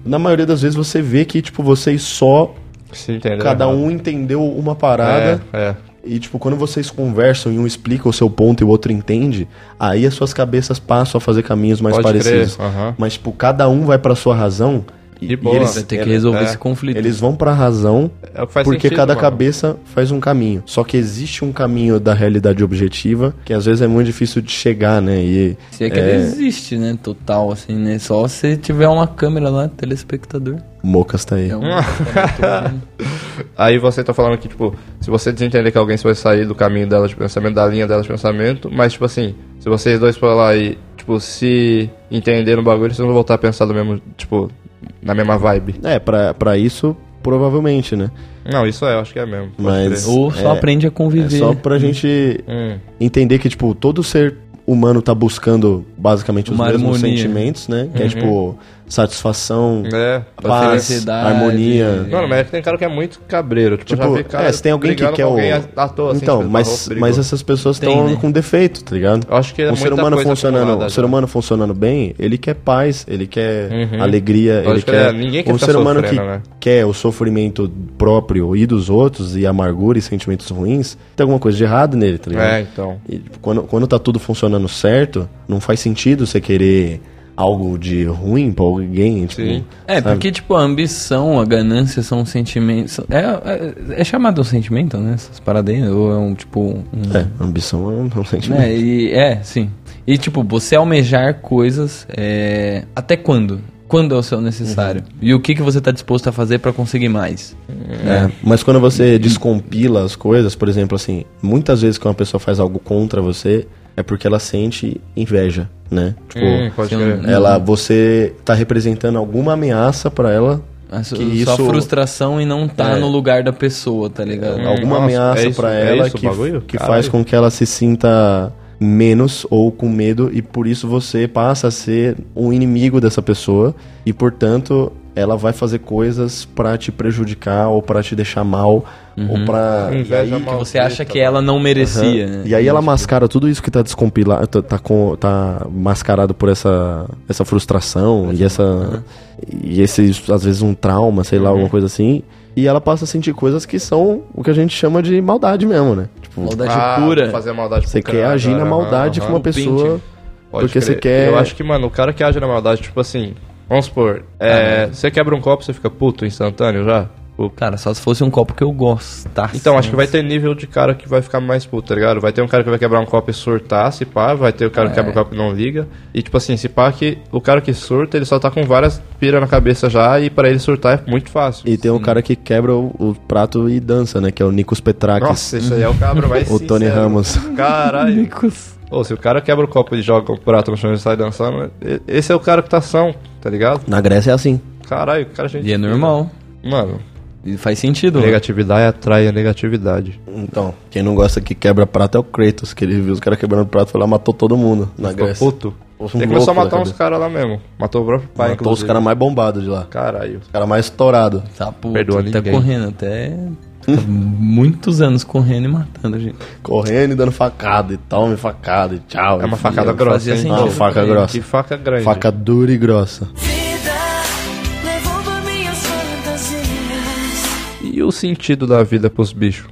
S3: Na maioria das vezes você vê que, tipo, vocês só.
S5: Se entendeu
S3: Cada
S5: É errado.
S3: um entendeu uma parada.
S5: É, é.
S3: E, tipo, quando vocês conversam e um explica o seu ponto e o outro entende, aí as suas cabeças passam a fazer caminhos mais
S5: Pode
S3: parecidos.
S5: crer, aham.
S3: Mas, tipo, cada um vai pra sua razão e,
S5: De
S3: e
S5: boa.
S4: Vai
S3: eles,
S4: ter que
S5: Ele-
S4: resolver
S5: é.
S4: esse conflito.
S3: eles vão pra razão
S5: É o que faz
S3: porque
S5: sentido,
S3: cada
S5: mano.
S3: cabeça faz um caminho. Só que existe um caminho da realidade objetiva que às vezes é muito difícil de chegar, né? E
S4: Se é que ele existe, né? Total, assim, né? Só se tiver uma câmera lá, telespectador.
S3: Mocas tá aí.
S4: É um- tá muito-
S5: Aí você tá falando que, tipo, se você desentender que alguém você vai sair do caminho dela de pensamento, da linha dela de pensamento, mas, tipo assim, se vocês dois for lá e, tipo, se entenderem o bagulho, vocês vão voltar a pensar do mesmo, tipo, na mesma vibe.
S3: É, pra, pra isso, provavelmente, né?
S5: Não, isso é, eu acho que é mesmo. pode
S3: Mas-
S5: crer.
S4: Ou só
S3: É.
S4: aprende a
S3: É
S4: conviver.
S3: só pra gente
S5: Hum,
S3: entender que, tipo, todo ser humano tá buscando basicamente os
S4: Uma
S3: mesmos
S4: harmonia. Uhum.
S3: sentimentos, né? Que é, tipo, satisfação,
S5: é.
S3: paz,
S4: felicidade.
S3: harmonia.
S5: Mano, mas é que tem cara que é muito cabreiro. Tipo, eu já
S3: Tipo,
S5: vi cara
S3: é, se tem alguém que
S5: brigando
S3: quer
S5: com
S3: o...
S5: alguém à toa, assim,
S3: então,
S5: tipo,
S3: mas,
S5: barro, brigou.
S3: mas essas pessoas
S4: Tem,
S3: estão
S4: né?
S3: com defeito, tá ligado?
S5: Eu acho que é
S3: um ser
S5: muita
S3: humano
S5: coisa
S3: funcionando,
S5: acumulada
S3: um ser
S5: já.
S3: humano funcionando bem, ele quer paz, ele quer
S5: Uhum.
S3: alegria,
S5: Eu
S3: ele
S5: acho que
S3: quer
S5: é, ninguém quer
S3: um
S5: ficar
S3: ser humano que
S5: sofrendo, né?
S3: quer o sofrimento próprio e dos outros e amargura e sentimentos ruins, tem alguma coisa de errado nele, tá ligado?
S5: É, então.
S3: E, tipo, quando, quando tá tudo funcionando certo, não faz sentido você querer algo de ruim pra alguém. Tipo,
S5: Sim.
S4: É, porque, tipo, a ambição, a ganância são sentimentos. É, é, é chamado um sentimento, né? Essas paradas aí, ou é um, tipo. Um,
S3: É, ambição é um, é um sentimento.
S4: né? E, é, sim. E, tipo, você almejar coisas, é, até quando? Quando é o seu necessário?
S3: Uhum.
S4: E o que, que você tá disposto a fazer pra conseguir mais?
S3: É, mas quando você descompila as coisas, por exemplo, assim, muitas vezes que uma pessoa faz algo contra você, é porque ela sente inveja, né? Tipo,
S5: Hum, pode
S4: Sim.
S5: crer.
S3: ela, você tá representando alguma ameaça pra ela,
S4: A su-
S3: Que
S4: sua
S3: isso-
S4: frustração e não tá
S3: É.
S4: no lugar da pessoa, tá ligado?
S5: Hum.
S3: alguma
S5: nossa,
S3: ameaça pra
S5: é isso- é
S3: ela
S5: isso o
S3: que,
S5: bagulho?
S3: que
S5: Caralho.
S3: faz com que ela se sinta menos ou com medo e por isso você passa a ser um inimigo dessa pessoa e portanto ela vai fazer coisas pra te prejudicar ou pra te deixar mal
S5: Uhum.
S3: ou pra e
S5: Inveja é
S3: aí-
S4: Que
S5: maldita,
S4: você acha que ela não merecia, né?
S3: E aí
S5: Tipo,
S3: ela mascara tudo isso que tá descompilado, tá, tá com, tá mascarado por essa, essa frustração e essa. E esse, às vezes, um trauma, sei lá,
S5: Uhum.
S3: alguma coisa assim. E ela passa a sentir coisas que são o que a gente chama de maldade mesmo, né? Tipo,
S4: Maldade
S5: Ah,
S4: pura.
S5: Fazer maldade pro
S3: você quer
S5: cara,
S3: agir na
S5: aham,
S3: maldade
S5: aham.
S3: com uma pessoa.
S5: Pode
S3: porque você
S5: crer.
S3: quer-
S5: Eu acho que, mano, o cara
S3: Ah, né?
S5: que age na maldade, tipo assim, vamos supor, é, você quebra um copo, você fica puto instantâneo já? tipo.
S4: Cara, só se fosse um copo que eu gostasse.
S5: Então, acho que vai ter nível de cara que vai ficar mais puto, tá ligado? Vai ter um cara que vai quebrar um copo e surtar, se pá. Vai ter o cara que
S3: É.
S5: quebra o copo e não liga. E, tipo assim, se pá que o cara que surta, ele só tá com várias pira na cabeça já. E pra ele surtar é muito fácil.
S3: E tem um cara que quebra o, o prato e dança, né? Que é o Nikos Petrakis.
S5: Nossa, isso aí é o cabra mais
S3: o Tony
S5: sincero.
S3: Ramos.
S5: Caralho. Ô, se o cara quebra o copo e joga o prato no chão e sai dançando, e- esse é o cara que tá são, tá ligado?
S3: Na Grécia é assim.
S5: Caralho, o cara gente.
S4: E é normal.
S5: Mano,
S4: E faz sentido.
S5: negatividade atrai a negatividade.
S3: Então, quem não gosta que quebra prato é o Kratos, que ele viu os caras quebrando prato e foi lá matou todo mundo na
S5: Ficou
S3: Grécia.
S5: puto.
S3: Um
S5: Ele começou a
S3: louco da
S5: matar uns
S3: cabeça.
S5: caras lá mesmo. Matou o próprio pai,
S3: Matou os caras mais bombados de lá.
S5: Caralho.
S3: Os caras mais estourados.
S4: Tá, pô,
S5: Perdoa
S4: tá
S5: ninguém.
S4: correndo até tá muitos anos correndo e matando gente.
S3: Correndo e dando facada e tome facada e tchau.
S5: É uma
S3: e
S5: facada
S3: fia.
S5: grossa,
S4: fazia
S5: hein?
S4: sentido.
S3: Não, faca grossa.
S5: Que faca grande.
S3: Faca dura e grossa.
S6: Vida levou minhas fantasias.
S5: E o sentido da vida pros bichos?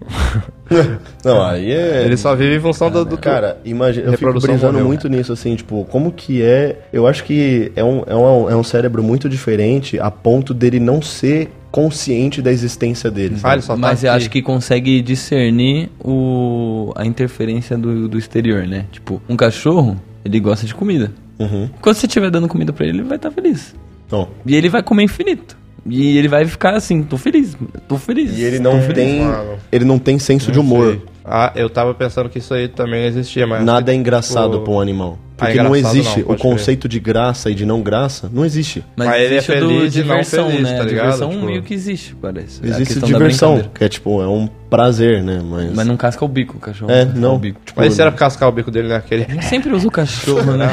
S3: Não, aí é.
S5: Ele só vive em função do, do
S3: Cara, imagina, eu fico
S5: Reprodução né?
S3: brisando
S5: hormonal.
S3: muito nisso, assim, tipo, como que é. Eu acho que é um, é, um, é um cérebro muito diferente a ponto dele não ser consciente da existência né? dele.
S5: Ah, ele só tá
S4: Mas eu
S5: aqui.
S4: acho que consegue discernir o, a interferência do, do exterior, né? Tipo, um cachorro, ele gosta de comida.
S3: Uhum.
S4: Quando você estiver dando comida pra ele, ele vai estar feliz.
S3: Então,
S4: E ele vai comer infinito. E ele vai ficar assim, tô feliz, tô feliz.
S3: e ele não tem.
S5: mano.
S3: Ele não tem senso de humor.
S5: Ah, eu tava pensando que isso aí também existia, mas.
S3: Nada é
S5: tipo,
S3: engraçado pra um animal.
S5: Ah,
S3: Porque não
S5: engraçado
S3: existe
S5: não,
S3: o
S5: pode crer.
S3: conceito de graça e de não graça, não existe.
S4: Mas,
S5: Mas ele é
S4: existe o
S5: feliz
S4: do
S5: e não
S4: diversão,
S5: feliz,
S4: né?
S5: tá
S4: A
S5: ligado?
S4: diversão
S5: Tipo-
S4: meio que existe, parece. É a
S3: Existe
S4: questão da
S3: diversão,
S4: brincadeira.
S3: que é tipo, é um prazer, né? Mas,
S4: Mas não casca o bico o cachorro.
S3: é,
S4: casca
S3: não.
S4: O bico.
S3: Tipo,
S5: Mas esse era pra cascar o bico dele né? naquele.
S4: A gente sempre usa o cachorro, né?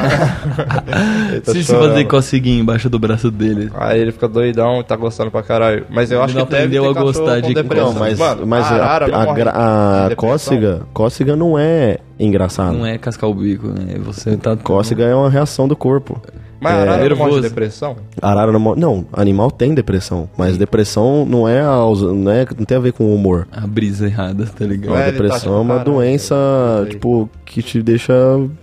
S3: tá
S4: Se você
S5: chorando.
S4: fazer coceguinha embaixo do braço dele.
S5: Aí ele fica doidão e tá gostando pra caralho. Mas eu acho
S4: não
S5: que deve
S4: aprendeu
S5: ter
S4: a gostar
S5: cachorro com
S4: de-
S5: depressão.
S3: Não, mas,
S5: Mano,
S3: mas a,
S5: arara não
S3: a,
S5: morre
S3: gra-
S5: de
S3: a
S5: depressão.
S3: cócega, cócega não é engraçado.
S4: Não é cascar o bico, né? Você tá.
S3: Cócega é uma reação do corpo.
S5: Mas arara não morre de
S4: nervoso.
S5: depressão?
S3: Arara não, mo- não, animal tem depressão, mas depressão não é, a aus- não é- não tem a ver com o humor.
S4: A brisa errada, tá ligado?
S5: É,
S3: A
S5: ele tá
S3: depressão
S5: tipo,
S3: é uma
S5: "Caralho,
S3: doença
S5: sei."
S3: tipo que te deixa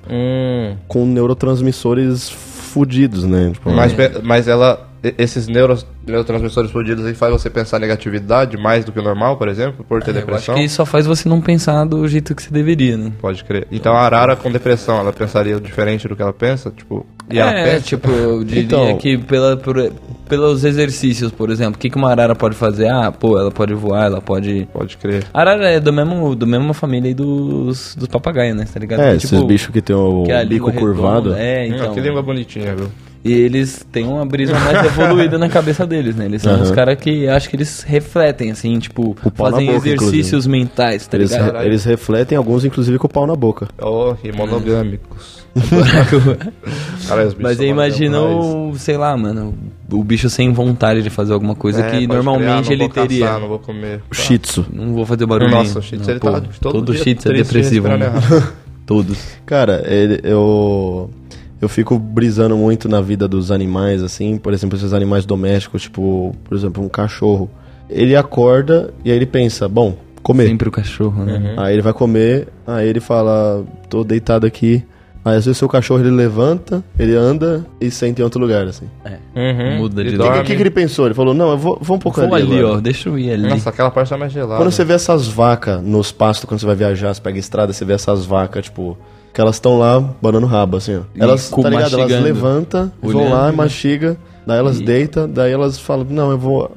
S5: Hum.
S3: com neurotransmissores fudidos, né? Tipo,
S5: Mas, pe- mas ela. e- Esses neuro, neurotransmissores explodidos aí fazem você pensar negatividade mais do que o normal, por exemplo, por ter
S4: É, Eu acho
S5: depressão?
S4: que só faz você não pensar do jeito que você deveria, né?
S5: Pode crer. Então a arara com depressão, ela pensaria diferente do que ela pensa? Tipo. E ela
S4: é,
S5: pensa?
S4: tipo, eu diria
S3: Então-
S4: que pela, por- pelos exercícios, por exemplo, o que, que uma arara pode fazer? Ah, pô, ela pode voar, ela pode.
S5: Pode crer.
S4: Arara é do mesmo, do mesma família aí dos, dos papagaios, né? Tá ligado?
S3: é,
S4: Que,
S3: esses bichos que tem o
S4: que é a
S3: bico
S4: língua
S3: curvado.
S4: redonda, É,
S5: Hum,
S4: então.
S5: que língua bonitinha, viu?
S4: E eles têm uma brisa mais evoluída na cabeça deles, né? Eles são
S3: Aham.
S4: os caras que acho que eles refletem, assim, tipo,
S3: O pau na
S4: fazem
S3: boca,
S4: exercícios mentais, tá
S3: Eles,
S4: ligado?
S3: re- eles refletem alguns, inclusive, com o pau na boca.
S5: Oh, e monogâmicos. Caralho, os bichos
S4: Mas
S5: são
S4: aí imagina
S5: monogâmicos.
S4: o, sei lá, mano, o bicho sem vontade de fazer alguma coisa
S5: É,
S4: que
S5: pode crer, ah,
S4: normalmente
S5: não
S4: ele
S5: vou caçar,
S4: teria.
S5: não vou comer.
S4: Tá.
S3: O Shih Tzu.
S4: Não vou fazer barulho.
S5: Nossa, o Shih Tzu, ele tá todo
S4: Todo
S5: dia
S4: shih tzu é
S5: triste,
S4: depressivo,
S5: respirando
S4: mano. Todos.
S3: Cara, ele- eu eu fico brisando muito na vida dos animais, assim, por exemplo, esses animais domésticos, tipo, por exemplo, um cachorro. Ele acorda e aí ele pensa, bom, comer.
S4: Sempre o cachorro, né?
S3: Aí ele vai comer, aí ele fala, tô deitado aqui. Aí às vezes o seu cachorro ele levanta, ele anda e senta em outro lugar, assim.
S4: É.
S5: Uhum.
S4: Muda
S5: E
S4: de
S3: O
S5: dorme.
S4: lugar.
S3: que, que ele pensou? Ele falou, não, eu vou, vou um pouco
S4: Vou ali,
S3: agora."
S4: ó, deixa eu ir ali.
S5: Nossa, aquela parte tá mais gelada.
S3: Quando você vê essas vacas nos pastos, quando você vai viajar, você pega estrada, você vê essas vacas, tipo, que elas estão lá banando rabo, assim, ó.
S4: E
S3: Elas,
S4: com-
S3: tá ligado? Elas
S4: mastigando.
S3: levantam, vão
S4: Olhando,
S3: lá e
S4: né?
S3: mastiga, daí elas deitam, daí elas falam, não, eu vou.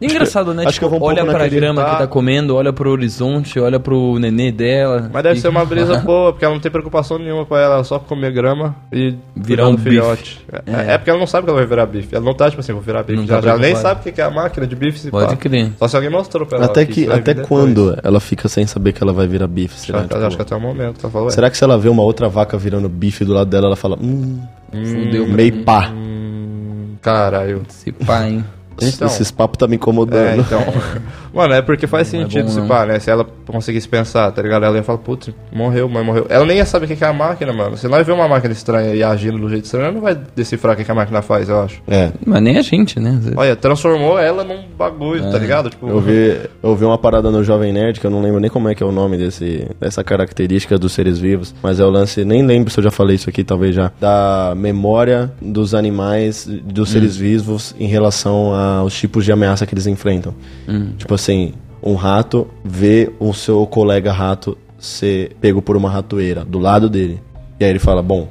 S4: Engraçado, né?
S3: Acho que eu
S4: tipo,
S3: vou um
S4: olha
S3: pouco
S4: pra
S3: naquele-
S4: grama que
S5: tá.
S4: tá comendo, olha pro horizonte, olha pro nenê dela.
S5: Mas deve
S4: E-
S5: ser uma brisa boa, porque ela não tem preocupação nenhuma pra ela, ela só comer grama e
S4: Virar
S5: cuidar
S4: um
S5: do filhote. É. é porque ela não sabe que ela vai virar bife. Ela não tá, tipo assim, vou virar bife.
S4: Não
S5: já,
S4: tá
S5: já nem
S4: preocupada.
S5: sabe o que que é a máquina de bife se
S4: Pode
S5: pá.
S4: crer.
S5: Só se alguém mostrou pra ela.
S3: até que,
S5: isso vai vir
S3: até
S5: depois.
S3: quando ela fica sem saber que ela vai virar bife? Será,
S5: Já, já
S3: Tipo,
S5: acho que até o momento, tá falando.
S3: será que se ela vê uma outra vaca virando bife do lado dela, ela fala, hum,
S4: Fudeu pra
S3: meio pá.
S5: Hum, Caralho.
S4: Esse pá, hein?
S5: Então.
S3: Esses papos tá me incomodando.
S5: É, então. Mano, é porque faz
S4: Não é
S5: sentido
S4: bom,
S5: se
S4: não.
S5: pá, né? Se ela conseguisse pensar, tá ligado? Ela ia falar, putz, morreu, mãe, morreu. Ela nem ia saber o que que é a máquina, mano. Se nós vê uma máquina estranha e agindo do jeito estranho, ela não vai decifrar o que que a máquina faz, eu acho.
S3: É.
S4: Mas nem a gente, né? Às vezes.
S5: Olha, transformou ela num bagulho, tá ligado? Tipo,
S3: É, Eu vi, eu vi uma parada no Jovem Nerd, que eu não lembro nem como é que é o nome desse, dessa característica dos seres vivos, mas é o lance, nem lembro se eu já falei isso aqui, talvez já, da memória dos animais, dos seres vivos em relação à a- aos tipos de ameaça que eles enfrentam. Tipo assim, um rato vê o seu colega rato ser pego por uma ratoeira do lado dele. E aí ele fala: Bom,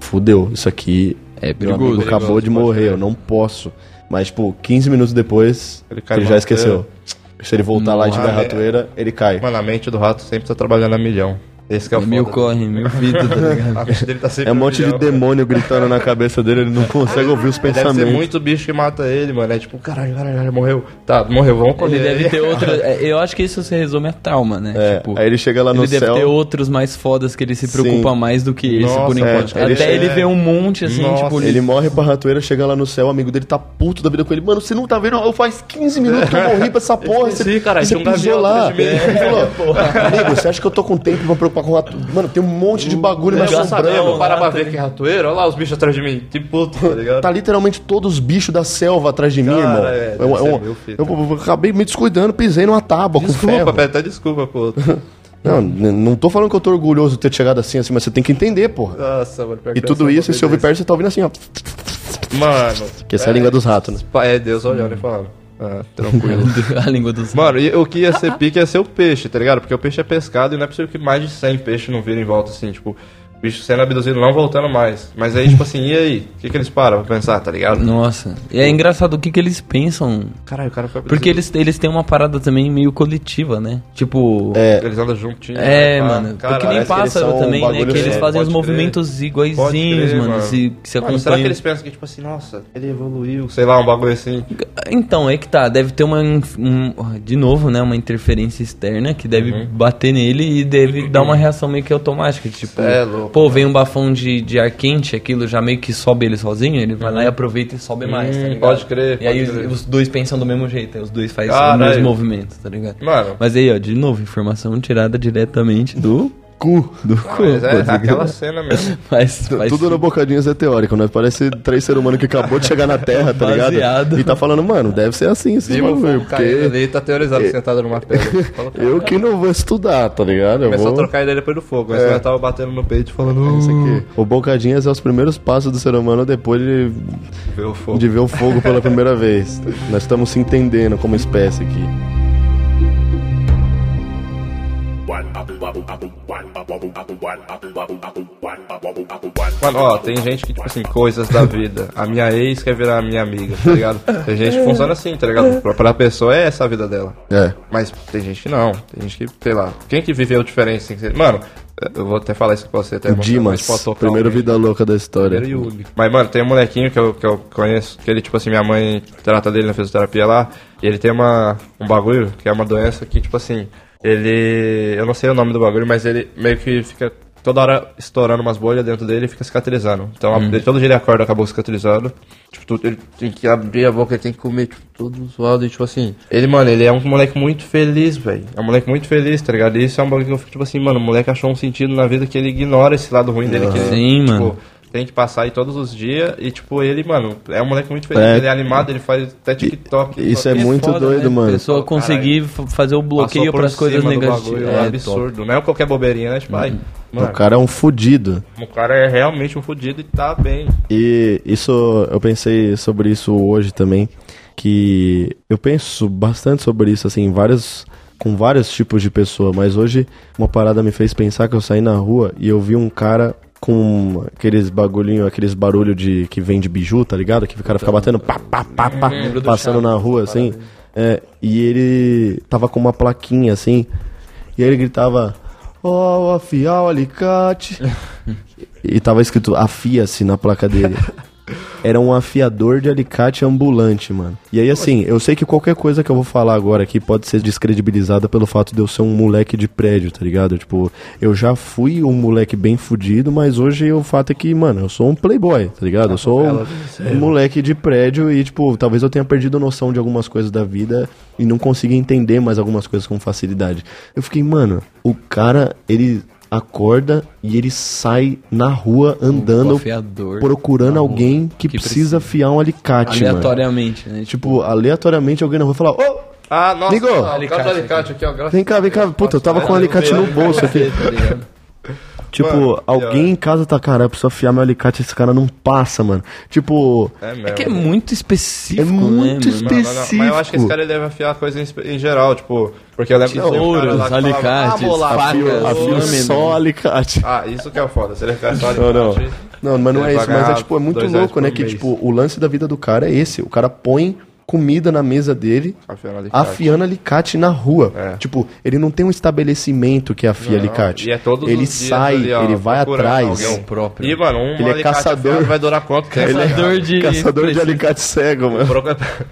S3: fudeu, isso aqui
S4: É
S3: meu
S4: perigoso.
S3: amigo acabou de
S5: Perigoso, pode
S3: morrer,
S5: crer.
S3: eu não posso. Mas, tipo, 15 minutos depois,
S5: Ele
S3: ele,
S5: cai
S3: já
S5: numa
S3: esqueceu. Se ele voltar lá e tiver
S5: Ah, é.
S3: ratoeira, ele cai.
S5: Mano, a mente do rato sempre tá trabalhando a milhão. Esse que é o
S4: É meu
S5: foda.
S4: corre, meu vida, tá ligado?
S5: A mente dele tá sempre
S3: É um
S5: a
S3: monte de
S5: milhão.
S3: demônio gritando na cabeça dele, ele não consegue ouvir os
S5: Deve
S3: pensamentos.
S5: ser muito bicho que mata ele, mano. É tipo, caralho, caralho, caralho, morreu. Tá, morreu, vamos correr.
S4: Ele deve
S3: um
S4: ter outro. é, Eu acho que isso se resume a trauma, né?
S3: É,
S5: tipo,
S3: aí ele chega lá no
S4: ele deve
S3: céu.
S4: ter outros mais fodas que ele se preocupa
S3: Sim.
S4: mais do que esse,
S5: Nossa,
S4: por enquanto.
S3: é, ele
S4: Até
S3: chega-
S4: ele vê um monte, assim,
S5: Nossa,
S4: tipo...
S3: Ele morre pra ratoeira, chega lá no céu, o amigo dele tá puto da vida com ele. Mano, você não tá vendo? Eu faz 15 minutos que eu morri pra essa porra.
S5: esqueci,
S3: Você,
S5: caralho,
S3: você
S5: tinha um
S3: pisou
S5: gavião
S3: lá.
S5: atrás de mim.
S3: Ele falou, amigo, você acha que eu tô com tempo pra me preocupar com rato? Mano, tem um monte de bagulho me
S5: Eu já sabia,
S3: assombrando.
S5: eu para pra ver que é ratoeiro, olha lá os bichos atrás de mim. Tipo, puto, tá ligado?
S3: Tá literalmente todos os bichos da selva atrás de mim,
S5: Cara,
S3: irmão.
S5: é, deve
S3: eu, eu-
S5: ser
S3: eu-
S5: meu fita.
S3: eu- eu acabei me descuidando, pisei numa tábua com ferro.
S5: desculpa, Pé, até desculpa, pô.
S3: Não, n- não tô falando que eu tô orgulhoso de ter chegado assim, assim, mas você tem que entender, porra.
S5: Nossa, mano, pior
S3: E
S5: que
S3: tudo
S5: essa
S3: isso, e se ouvir
S5: bobeira.
S3: perto, você tá ouvindo assim, ó.
S5: Mano.
S3: Que essa é a língua dos ratos, né?
S5: É Deus olhando e falando. Ah, tranquilo.
S4: a língua dos...
S5: Mano, e o que ia ser pique ia ser o peixe, tá ligado? Porque o peixe é pescado e não é possível que mais de 100 peixes não virem em volta, assim, tipo, o bicho sendo abduzido não voltando mais. Mas aí, tipo assim, e aí? O que, que eles param pra pensar, tá ligado?
S4: Nossa. E é engraçado o que, que eles pensam.
S5: Caralho, o cara foi abduzido.
S4: Porque eles, eles têm uma parada também meio coletiva, né? Tipo...
S3: É,
S5: Eles andam juntinhos.
S4: É,
S5: né, pá.
S4: mano.
S5: Cara, é
S4: porque nem
S5: parece que eles-
S4: pássaro
S3: são um
S4: também, né?
S3: bagulho
S4: Que eles
S3: sério,
S4: fazem
S5: pode
S4: os
S5: crer.
S4: movimentos
S5: Pode crer,
S4: iguaizinhos, mano.
S5: mano.
S4: Se, que se
S5: Mano, será que
S4: acompanham.
S5: eles pensam que, tipo assim, nossa, ele evoluiu, sei lá, um bagulho assim.
S4: Então, é que tá. Deve ter uma. inf- um- de novo, né? Uma interferência externa que deve
S5: Uhum.
S4: bater nele e deve dar uma reação meio que automática. Tipo,
S5: Cê é louco,
S4: pô,
S3: né?
S4: vem um bafão de, de ar quente, aquilo já meio que sobe ele sozinho. Ele vai lá e aproveita e sobe mais. Tá
S5: Uhum. Hum,
S4: ligado?
S5: pode crer,
S4: E aí
S5: pode crer.
S4: Os, os dois pensam do mesmo jeito. aí Os dois fazem os
S5: Caralho.
S4: mesmos movimentos, tá ligado?
S5: Mano.
S4: Mas aí, ó, de novo, informação tirada diretamente do cu. Do cu.
S5: Mas é
S4: pode crer.
S5: aquela cena mesmo.
S4: Faz- faz
S3: Tudo no Bocadinhas é teórico, né? Parece três seres humanos que acabou de chegar na Terra, tá ligado?
S4: Baseado.
S3: E tá falando, mano, deve ser assim esse
S5: Viva o
S3: bagulho,
S5: fogo caindo
S3: porque
S5: ali, tá teorizado, sentado numa pedra. Fala, cara,
S3: eu que não vou estudar, tá ligado? Eu
S5: Começou a
S3: vou...
S5: trocar ideia depois do fogo,
S4: É.
S5: mas eu tava batendo no peito falando,
S3: Isso
S5: "Uh,
S3: aqui. O Bocadinhas é os primeiros passos do ser humano depois de,
S5: "Hum, vê o fogo.
S3: de ver o fogo pela primeira vez. Nós estamos se entendendo como espécie aqui.
S5: Mano, ó, tem gente que, tipo assim, coisas da vida. A minha ex quer virar a minha amiga, tá ligado? Tem gente que funciona assim, tá ligado? Pra, pra pessoa é essa a vida dela.
S3: É.
S5: Mas tem gente que não. Tem gente que, sei lá. Quem que viveu diferente sem ser. Mano, eu vou até falar isso pra você tipo, até
S3: O Dimas, primeiro
S5: vídeo
S3: vida louca da história.
S5: Primeiro e único. Mas, mano, tem um molequinho que eu, que eu conheço, que ele, tipo assim, minha mãe trata dele na fisioterapia lá, e ele tem uma, um bagulho, que é uma doença que, tipo assim, ele. Eu não sei o nome do bagulho, mas ele meio que fica toda hora estourando umas bolhas dentro dele e fica cicatrizando. Então,
S4: Uhum.
S5: a- ele- todo dia ele acorda, acabou cicatrizando. Tipo, tudo, ele tem que abrir a boca, ele tem que comer, tipo, tudo zoado, e tipo assim. Ele, mano, ele é um moleque muito feliz, velho. É um moleque muito feliz, tá ligado? E isso é um bagulho que eu fico, tipo assim, mano, o moleque achou um sentido na vida que ele ignora esse lado ruim dele. Que ele,
S4: Sim,
S5: tipo,
S4: mano.
S5: tem que passar aí todos os dias. E, tipo, ele, mano, é um moleque muito feliz.
S3: É.
S5: Ele é animado, ele faz até TikTok.
S3: Isso é
S5: Ele
S3: muito
S4: foda,
S3: doido,
S4: né? A
S3: mano.
S4: pessoa conseguir fa- fazer o
S5: passou
S4: bloqueio
S5: por
S4: para as coisas
S5: cima do
S4: negativas. Uhum.
S5: bagulho, É, absurdo. Não é qualquer bobeirinha, né? Tipo, ai, mano,
S3: O cara é um fudido.
S5: o cara é realmente um fudido e tá bem.
S3: E isso, eu pensei sobre isso hoje também, que eu penso bastante sobre isso, assim, em vários, com vários tipos de pessoa, mas hoje uma parada me fez pensar que eu saí na rua e eu vi um cara com aqueles bagulhinho, aqueles barulho de que vende biju, tá ligado? Que o cara fica batendo pá, pá, pá, pá, passando na rua, assim. É, e ele tava com uma plaquinha, assim, e aí ele gritava, ó, oh, afiar o alicate... E tava escrito afia-se assim, na placa dele. Era um afiador de alicate ambulante, mano. E aí, assim, eu sei que qualquer coisa que eu vou falar agora aqui pode ser descredibilizada pelo fato de eu ser um moleque de prédio, tá ligado? Tipo, eu já fui um moleque bem fudido, mas hoje o fato é que, mano, eu sou um playboy, tá ligado? Eu sou um, um moleque de prédio e, tipo, talvez eu tenha perdido noção de algumas coisas da vida e não consiga entender mais algumas coisas com facilidade. Eu fiquei, mano, o cara, ele acorda e ele sai na rua andando,
S4: Afiador.
S3: procurando alguém que,
S4: que
S3: precisa afiar um alicate, mano.
S4: Aleatoriamente, né? Tipo,
S3: Tipo, aleatoriamente alguém na rua fala, ô,
S5: Ah, nossa,
S3: Amigo!
S5: ó, o cara do alicate aqui, ó. graças
S3: vem cá, vem cá. Puta, eu tava com um alicate no bolso aqui.
S4: tá ligado?
S3: Tipo,
S5: Mano,
S3: alguém
S5: pior.
S3: em casa tá, cara, eu preciso afiar meu alicate, esse cara não passa, mano. Tipo,
S5: É mesmo.
S4: É que é muito específico,
S3: É muito
S4: né, mano?
S5: Não, não, não. Mas eu acho que
S3: específico.
S5: esse cara ele deve afiar a coisa em, espe- em geral, tipo, porque eu lembro teve um cara
S4: Tesouros,
S5: lá que falava,
S4: alicates,
S5: "Ah, molar,
S4: facas,
S5: afio-
S3: afio
S5: afio-
S4: lâmina.
S3: só alicate.
S5: Ah, isso que é o foda, se ele afiar só
S3: Não, não.
S5: alicate.
S3: Não, mas não é
S5: Ele
S3: isso,
S5: vai
S3: mas é
S5: ganhar
S3: tipo, é muito
S5: dois reais
S3: louco, né?
S5: por
S3: Que
S5: mês.
S3: tipo, o lance da vida do cara é esse. O cara põe comida na mesa dele,
S5: Afiando alicate.
S3: afiando alicate na rua.
S5: É.
S3: Tipo, ele não tem um estabelecimento que afia
S5: Não,
S3: alicate.
S5: e é todos
S3: ele
S5: os dias
S3: sai,
S5: ali, ó,
S3: ele vai
S5: procurando
S3: atrás.
S5: alguém.
S4: É o próprio.
S5: E, mano, um
S3: Ele é
S5: alicate
S3: caçador. é
S5: afiado vai durar quanto tempo?
S4: Caçador
S5: um
S4: de-
S3: Caçador de alicate cego, mano.
S5: Proca-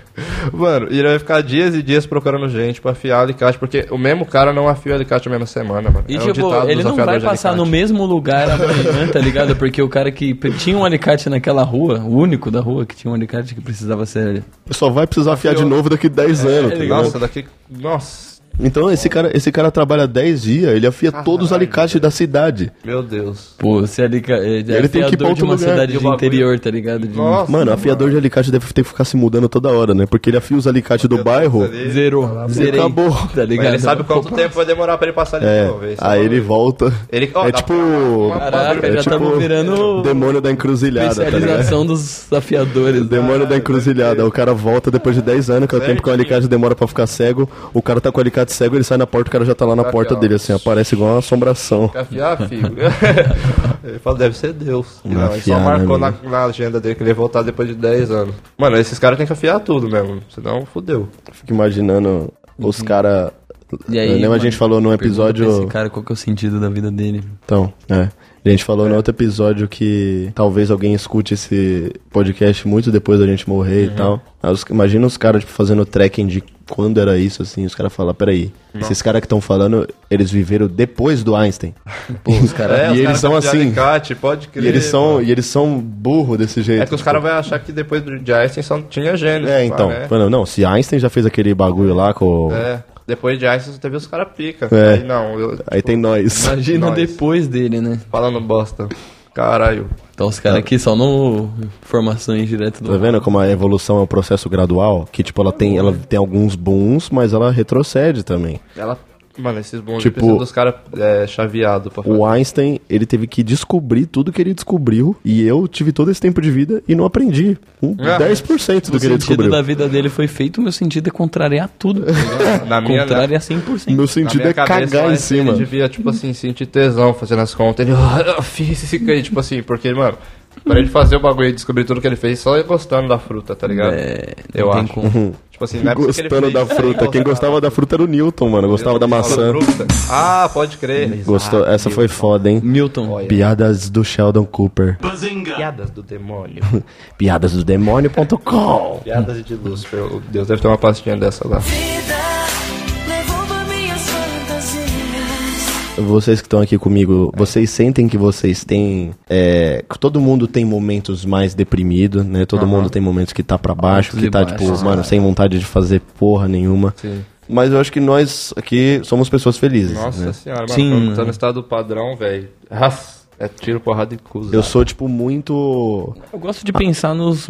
S5: Mano, e ele vai ficar dias e dias procurando gente pra afiar alicate, porque o mesmo cara não afia alicate na mesma semana, mano.
S4: E
S5: É um
S4: tipo,
S5: ditado
S4: ele
S5: dos
S4: não vai
S5: afiadores de
S4: passar no
S5: alicate.
S4: mesmo lugar amanhã, tá ligado? Porque o cara que pe- tinha um alicate naquela rua, o único da rua que tinha um alicate que precisava ser.
S3: Só vai precisar afiar de novo daqui
S5: É,
S3: 10 anos. tá
S4: ele-
S3: ligado?
S5: Nossa, daqui. Nossa,
S3: Então esse cara, esse cara trabalha 10 dias, ele afia todos os alicates da cidade.
S5: meu Deus.
S4: Pô, ser alicate.
S3: Ele tem que ir pra
S4: de
S3: outro
S4: uma
S3: lugar.
S4: cidade
S5: E o
S4: de
S5: bagulho-
S4: interior, tá ligado? De-
S5: Nossa,
S3: Mano, afiador de alicate deve ter que ficar se mudando toda hora, né? Porque ele afia os alicates do bairro.
S5: ali.
S4: Zerou. Zerei.
S3: Acabou.
S4: Tá ligado?
S5: Mas ele sabe quanto tempo vai demorar pra ele passar ali
S3: É,
S5: de tá novo. esse
S3: aí
S5: bagulho.
S3: ele volta.
S5: Ele- ó,
S3: é
S5: dá
S3: tipo. é
S5: pra-
S4: Caraca, já tamo virando
S3: Demônio da encruzilhada, tá ligado?
S4: Especialização dos afiadores. né?
S3: Demônio da encruzilhada. O cara volta depois de 10 anos, que é o tempo que o alicate demora pra ficar cego. O cara tá com o alicate cego, ele sai na porta, o cara já tá lá na porta
S5: ó.
S3: dele, assim, aparece igual uma assombração.
S5: Afiar, filho. ele fala, deve ser Deus. E Não, ele
S3: afiar,
S5: só
S3: né,
S5: marcou na,
S3: mano?
S5: na agenda dele que ele ia voltar depois de 10 anos. Mano, esses caras têm que afiar tudo mesmo. Senão, fodeu.
S3: Fico imaginando os caras.
S4: Uhum. E aí,
S3: Lembra a
S4: mano,
S3: gente falou num
S4: pergunta
S3: episódio.
S4: pra Esse cara, qual que é o sentido da vida dele?
S3: Então, é. A gente falou no outro episódio que talvez alguém escute esse podcast muito depois da gente morrer
S5: Uhum.
S3: e tal. Aí os- imagina os caras tipo, fazendo tracking de quando era isso, assim, os caras falam, peraí, esses caras que estão falando, eles viveram depois do Einstein. Pô, os caras.
S5: É, os
S3: e eles
S5: caras
S3: são
S5: afiam
S3: assim.
S5: Alicate, pode
S3: E
S5: crer.
S3: eles são,
S5: mano.
S3: e eles são burro desse jeito.
S5: É que os caras vão achar que depois do de Einstein só tinha gênio. né?
S3: É, então. Mano, não, se Einstein já fez aquele bagulho lá com. o-
S5: É. Depois de Einstein, você teve os caras pica.
S3: É.
S5: Aí não, eu,
S3: Aí tem nós.
S4: Imagina
S5: Nós.
S4: depois dele, né?
S5: falando bosta. Caralho.
S4: Então os caras aqui só não formações direto
S3: É. Tá
S4: do.
S3: vendo como a evolução é um processo gradual? Que, tipo, ela tem, ela tem alguns booms, mas ela retrocede também.
S5: Ela. Mano, esses bons
S3: Tipo-
S5: tipo, precisam dos caras é, chaveado pra fazer.
S3: O Einstein, ele teve que descobrir tudo que ele descobriu, e eu tive todo esse tempo de vida e não aprendi. Um,
S5: Ah,
S3: 10% do
S4: O
S3: que ele
S4: sentido
S3: descobriu.
S4: da vida dele foi feito, o meu sentido é contrariar tudo. é
S5: Na minha, na,
S4: Contrariar 100%.
S3: Meu
S5: na
S3: sentido
S5: minha
S3: é
S5: cabeça,
S3: cagar em
S5: ele
S3: cima.
S5: devia, tipo assim, sentir tesão fazendo as contas. Ele, "Ah, eu fiz esse aí, tipo assim, porque, mano, pra ele fazer o bagulho e descobrir tudo que ele fez, só ele gostando da fruta, tá ligado?
S4: É,
S5: eu
S4: não tem
S5: acho.
S4: como.
S3: Uhum.
S5: Tipo assim, não é porque ele
S3: Gostando
S5: fez,
S3: da
S5: ele
S3: fruta. Quem gostava da fruta era o Newton, mano. Gostava da maçã.
S5: fruta. Ah, pode crer.
S3: Gostou.
S5: Ah,
S3: Essa foi foda, hein?
S4: Milton.
S3: Piadas do Sheldon Cooper.
S5: Piadas do demônio.
S3: Piadasdodemônio.com
S5: Piadas de Lúcifer. Oh, Deus deve ter uma pastinha dessa lá.
S6: Vida levou por minhas fantasias.
S3: Vocês que estão aqui comigo, vocês sentem que vocês têm. É, que todo mundo tem momentos mais deprimido, né? Todo mundo tem momentos que tá pra baixo,
S4: Altos
S3: que
S4: e
S3: tá,
S4: baixos,
S3: tipo, mano, sem vontade de fazer porra nenhuma.
S5: Sim.
S3: Mas eu acho que nós aqui somos pessoas felizes.
S5: Nossa
S3: né?
S5: senhora, mano.
S4: Sim,
S5: Sim. Tá
S4: mano.
S5: no estado padrão, velho. Nossa, É tiro, porrada e cusa.
S3: Eu sou, tipo, muito.
S4: Eu gosto de pensar nos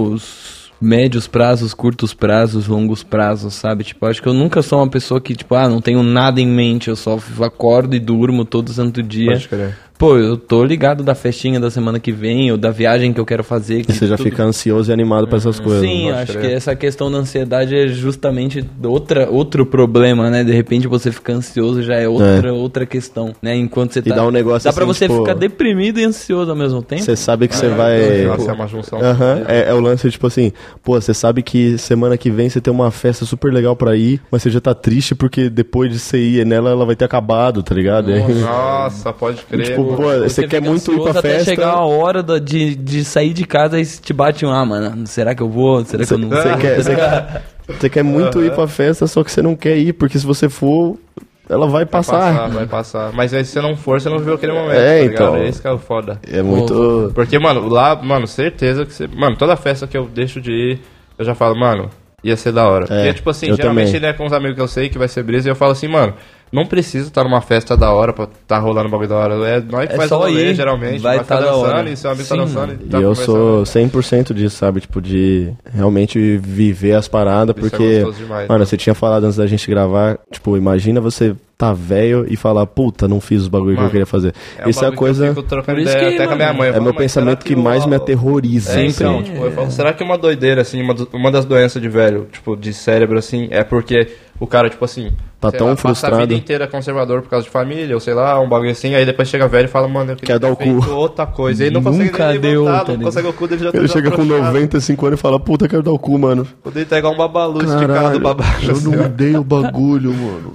S4: meus médios prazos, curtos prazos, longos prazos, sabe? Tipo, acho que eu nunca sou uma pessoa que, tipo, ah, não tenho nada em mente, eu só acordo e durmo todo santo dia.
S5: Pode crer.
S4: Pô, eu tô ligado da festinha da semana que vem, ou da viagem que eu quero fazer. Que
S3: Você já
S4: tudo-
S3: fica ansioso e animado pra essas coisas.
S4: Sim,
S5: pode
S4: acho
S5: crer.
S4: que essa questão da ansiedade é justamente outra, outro problema, né? De repente você fica ansioso já é outra, outra questão, né? Enquanto você tá.
S3: dá um negócio
S4: Dá pra
S3: assim,
S4: você
S3: tipo-
S4: ficar deprimido e ansioso ao mesmo tempo.
S3: Você sabe que você vai.
S5: Nossa, é uma
S4: Então,
S5: junção.
S3: Aham, é, é o lance, tipo assim, pô, você sabe que semana que vem você tem uma festa super legal pra ir, mas você já tá triste porque depois de você ir nela, ela vai ter acabado, tá ligado? E aí-
S5: Nossa, pode crer.
S3: Tipo, pô,
S5: mano.
S3: você, quer
S4: fica
S3: muito ir
S4: ansioso
S3: pra
S4: Até
S3: festa.
S4: chegar a hora da- de, de sair de casa e te bate um, ah, mano, será que eu vou? Será que
S3: Você
S4: eu não
S3: você
S4: vou?
S3: quer, você quer- você quer muito ir pra festa, só que você não quer ir, porque se você for, ela vai
S5: vai
S3: passar.
S5: Vai passar. Mas aí se você não for, você não viu aquele momento.
S3: É,
S5: tá ligado?
S3: então.
S5: É isso que é o foda.
S3: É muito.
S5: Porque, mano, lá, mano, certeza que você. Mano, toda festa que eu deixo de ir, eu já falo, mano, ia ser da hora.
S3: É,
S5: Porque, tipo assim,
S3: eu
S5: geralmente
S3: também.
S5: né, com os amigos que eu sei que vai ser brisa, e eu falo assim, mano, não preciso estar numa festa da hora pra tá rolando bagulho da hora. É nós que
S4: É
S5: faz
S4: só
S5: o rolê,
S4: ir,
S5: geralmente.
S4: vai
S5: ficar
S4: tá da
S5: dançando
S4: hora.
S5: e seu amigo tá
S4: Sim,
S5: dançando
S4: mano.
S5: e tá
S3: E eu sou
S5: conversando.
S3: 100% disso, sabe? Tipo, de realmente viver as paradas,
S5: Isso é
S3: porque.
S5: gostoso demais,
S3: mano,
S5: né?
S3: você tinha falado antes da gente gravar, tipo, imagina você tá velho e falar, puta, não fiz os bagulho que eu
S5: Mano,
S3: queria fazer.
S5: um
S3: Isso é a
S5: bagulho
S3: coisa.
S5: Que eu fico trocando
S4: Por isso
S5: ideia
S4: que,
S5: até com a minha
S4: mano,
S5: mãe. Eu
S3: É
S5: falo,
S3: meu
S5: "Mas será
S3: pensamento que
S5: o-
S3: mais me
S5: É,
S3: aterroriza.
S5: então,
S3: assim.
S5: tipo, eu falo, será que uma doideira, assim, uma, do- uma das doenças de velho, tipo, de cérebro, assim, é porque o cara, tipo assim.
S3: Tá
S5: sei
S3: tão
S5: lá, Passa a
S3: frustrado.
S5: vida inteira conservador por causa de família, ou sei lá, um bagulho assim, aí depois chega velho e fala, mano, eu queria
S3: Quer dar
S5: ter
S3: o cu.
S5: feito outra coisa. E ele não
S4: Nunca
S5: consegue nem
S4: deu, tá
S5: levantar, não
S4: ligado?
S5: consegue o cu dele já tá
S3: Ele chega com
S5: afrouxado.
S3: 95 anos e fala, puta, quero dar o cu, mano.
S5: O dele tá igual um babalu, esticado do babalu.
S3: eu
S5: assim,
S3: não
S5: ó.
S3: mudei o bagulho, mano.
S5: Mano,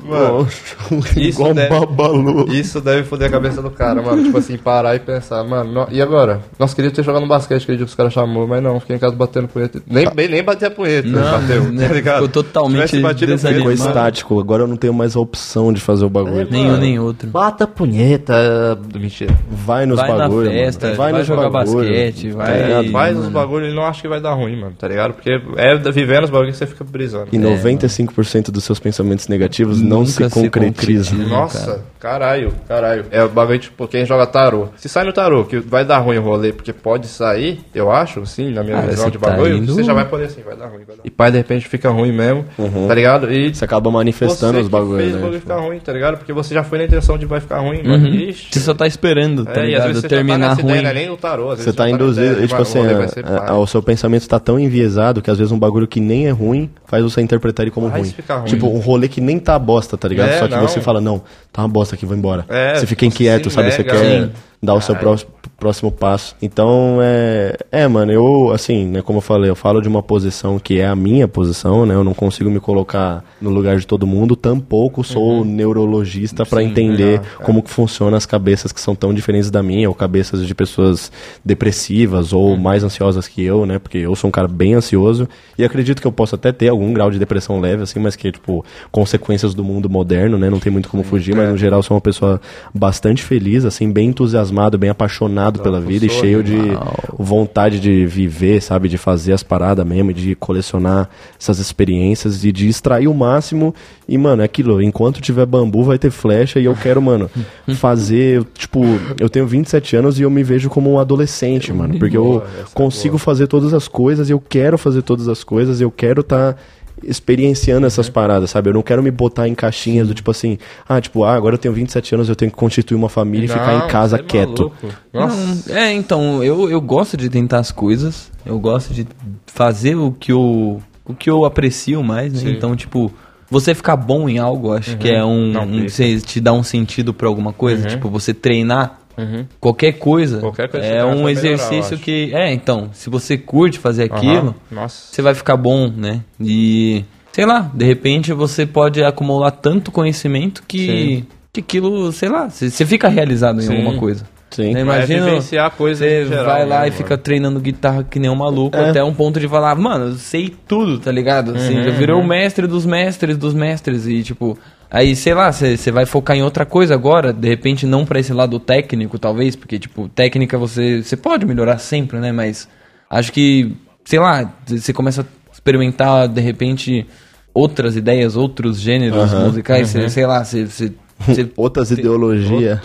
S3: Nossa,
S5: isso
S3: igual um
S5: deve-
S3: babalu.
S5: Isso deve foder a cabeça do cara, mano. Tipo assim, parar e pensar, mano, no- e agora? Nós queríamos ter jogado no basquete aquele dia que os caras chamou, mas não, fiquei em casa batendo punheta. Nem, bem, nem bater a punheta,
S4: Não,
S5: bateu,
S4: né,
S5: tá ligado?
S4: ficou totalmente
S5: Tivesse batido a
S3: Ficou
S5: punheta,
S4: desanimado.
S5: mano. é
S3: estático, agora eu não tenho mais a opção de fazer o bagulho.
S4: Nenhum nem outro.
S5: Bata a punheta. Mentira.
S3: Vai nos
S4: Vai na
S3: bagulhos.
S4: festa, vai
S3: nos
S4: jogar
S3: bagulho,
S4: basquete,
S3: tá
S4: vai-
S3: ligado?
S5: é, Faz os bagulho e não acha que vai dar ruim, mano, tá ligado? Porque é da- vivendo os bagulhos que você fica brisando.
S3: E 95% dos seus pensamentos negativos
S4: É,
S3: não
S4: Nunca se
S3: se concretizam.
S4: concretizam.
S5: Nossa, caralho, caralho. É o bagulho, tipo, quem joga tarô. Se sai no tarô, que vai dar ruim o rolê, porque pode sair, eu acho, sim, na minha
S4: Ah,
S5: visão
S4: você
S5: de
S4: tá
S5: bagulho,
S4: indo-
S5: você já vai poder assim, vai dar ruim, vai dar ruim. E pai, de repente, fica ruim mesmo, tá ligado? E
S3: Você acaba manifestando
S5: você
S3: os
S5: que fez
S3: bagulhos,
S5: o bagulho
S3: né?
S5: ficar ruim, tá ligado? Porque você já foi na intenção de vai ficar ruim, mano. Ixi.
S4: Você só tá esperando, tá
S5: É, e às vezes
S4: ligado?
S5: você já tá
S4: Terminar
S5: nessa
S4: ruim.
S5: Ideia, né? nem no tarô, às vezes
S3: Você tá
S5: na
S3: induzido,
S5: ideia de,
S3: tipo
S5: mano,
S3: assim,
S5: o rolê é, vai ser
S3: a-
S5: pá.
S3: a- o seu pensamento tá tão enviesado que às vezes um bagulho que nem é ruim faz você interpretar ele como
S5: Faz
S3: ruim.
S5: ficar ruim.
S3: Tipo, um rolê que nem tá bosta, tá ligado?
S5: É,
S3: Só que
S5: não.
S3: você fala, não, tá uma bosta aqui, vou embora.
S5: É,
S3: você fica
S5: você
S3: inquieto,
S5: se
S3: sabe? Você
S5: nega,
S3: quer
S5: né?
S3: dar o seu próximo, próximo passo. Então, é. É, mano, eu, assim, né, como eu falei, eu falo de uma posição que é a minha posição, né? Eu não consigo me colocar no lugar de todo mundo, tampouco sou neurologista pra entender como que funciona as cabeças que são tão diferentes da minha, ou cabeças de pessoas depressivas ou mais ansiosas que eu, né? Porque eu sou um cara bem ansioso e acredito que eu posso até ter algum grau de depressão leve, assim, mas que, tipo, consequências do mundo moderno, né? Não tem muito como fugir, mas no geral sou uma pessoa bastante feliz, assim, bem entusiasmado, bem apaixonado pela vida e
S5: sou
S3: cheio de vontade de viver, sabe? De fazer as paradas mesmo, de colecionar essas experiências e de extrair o máximo. E, mano, é aquilo, enquanto tiver bambu, vai ter flecha. E eu quero, mano, fazer. Tipo, eu tenho 27 anos e eu me vejo como um adolescente, mano. Porque eu consigo fazer todas as coisas, eu quero fazer todas as coisas, eu quero estar. experienciando essas paradas, sabe? Eu não quero me botar em caixinhas do tipo assim, ah, tipo, ah, agora eu tenho 27 anos, eu tenho que constituir uma família e ficar em
S5: Não,
S3: casa
S5: você é
S3: quieto.
S5: maluco. Nossa.
S4: Não, É, então, eu, eu gosto de tentar as coisas, eu gosto de fazer o que eu, o que eu aprecio mais, né? Então, tipo, você ficar bom em algo, eu acho que é um.
S5: Uhum. Não,
S4: um-
S5: isso.
S4: você te dá um sentido pra alguma coisa, tipo, você treinar. Qualquer coisa,
S5: Uhum. Qualquer coisa que
S4: é
S5: você
S4: um
S5: vai melhorar, eu
S4: exercício
S5: acho.
S4: que. É, então, se você curte fazer aquilo,
S5: Nossa.
S4: você vai ficar bom, né? E sei lá, de repente você pode acumular tanto conhecimento que, que aquilo, sei lá, você você fica realizado em alguma coisa.
S3: Sim.
S4: Né?
S5: Mas é
S4: Imagina,
S5: vivenciar coisas
S4: você
S5: em geral,
S4: vai lá
S5: né,
S4: e fica treinando guitarra que nem um maluco,
S3: É.
S4: até um ponto de falar, mano, eu sei tudo, tá ligado? Assim,
S5: Uhum,
S4: já virou o mestre dos mestres dos mestres e tipo, aí sei lá, você você vai focar em outra coisa agora, de repente não pra esse lado técnico, talvez, porque tipo, técnica você você pode melhorar sempre, né, mas acho que, sei lá, você começa a experimentar de repente outras ideias, outros gêneros musicais,
S5: Uhum.
S4: cê- sei lá, você você
S3: Outras ideologias.
S4: é,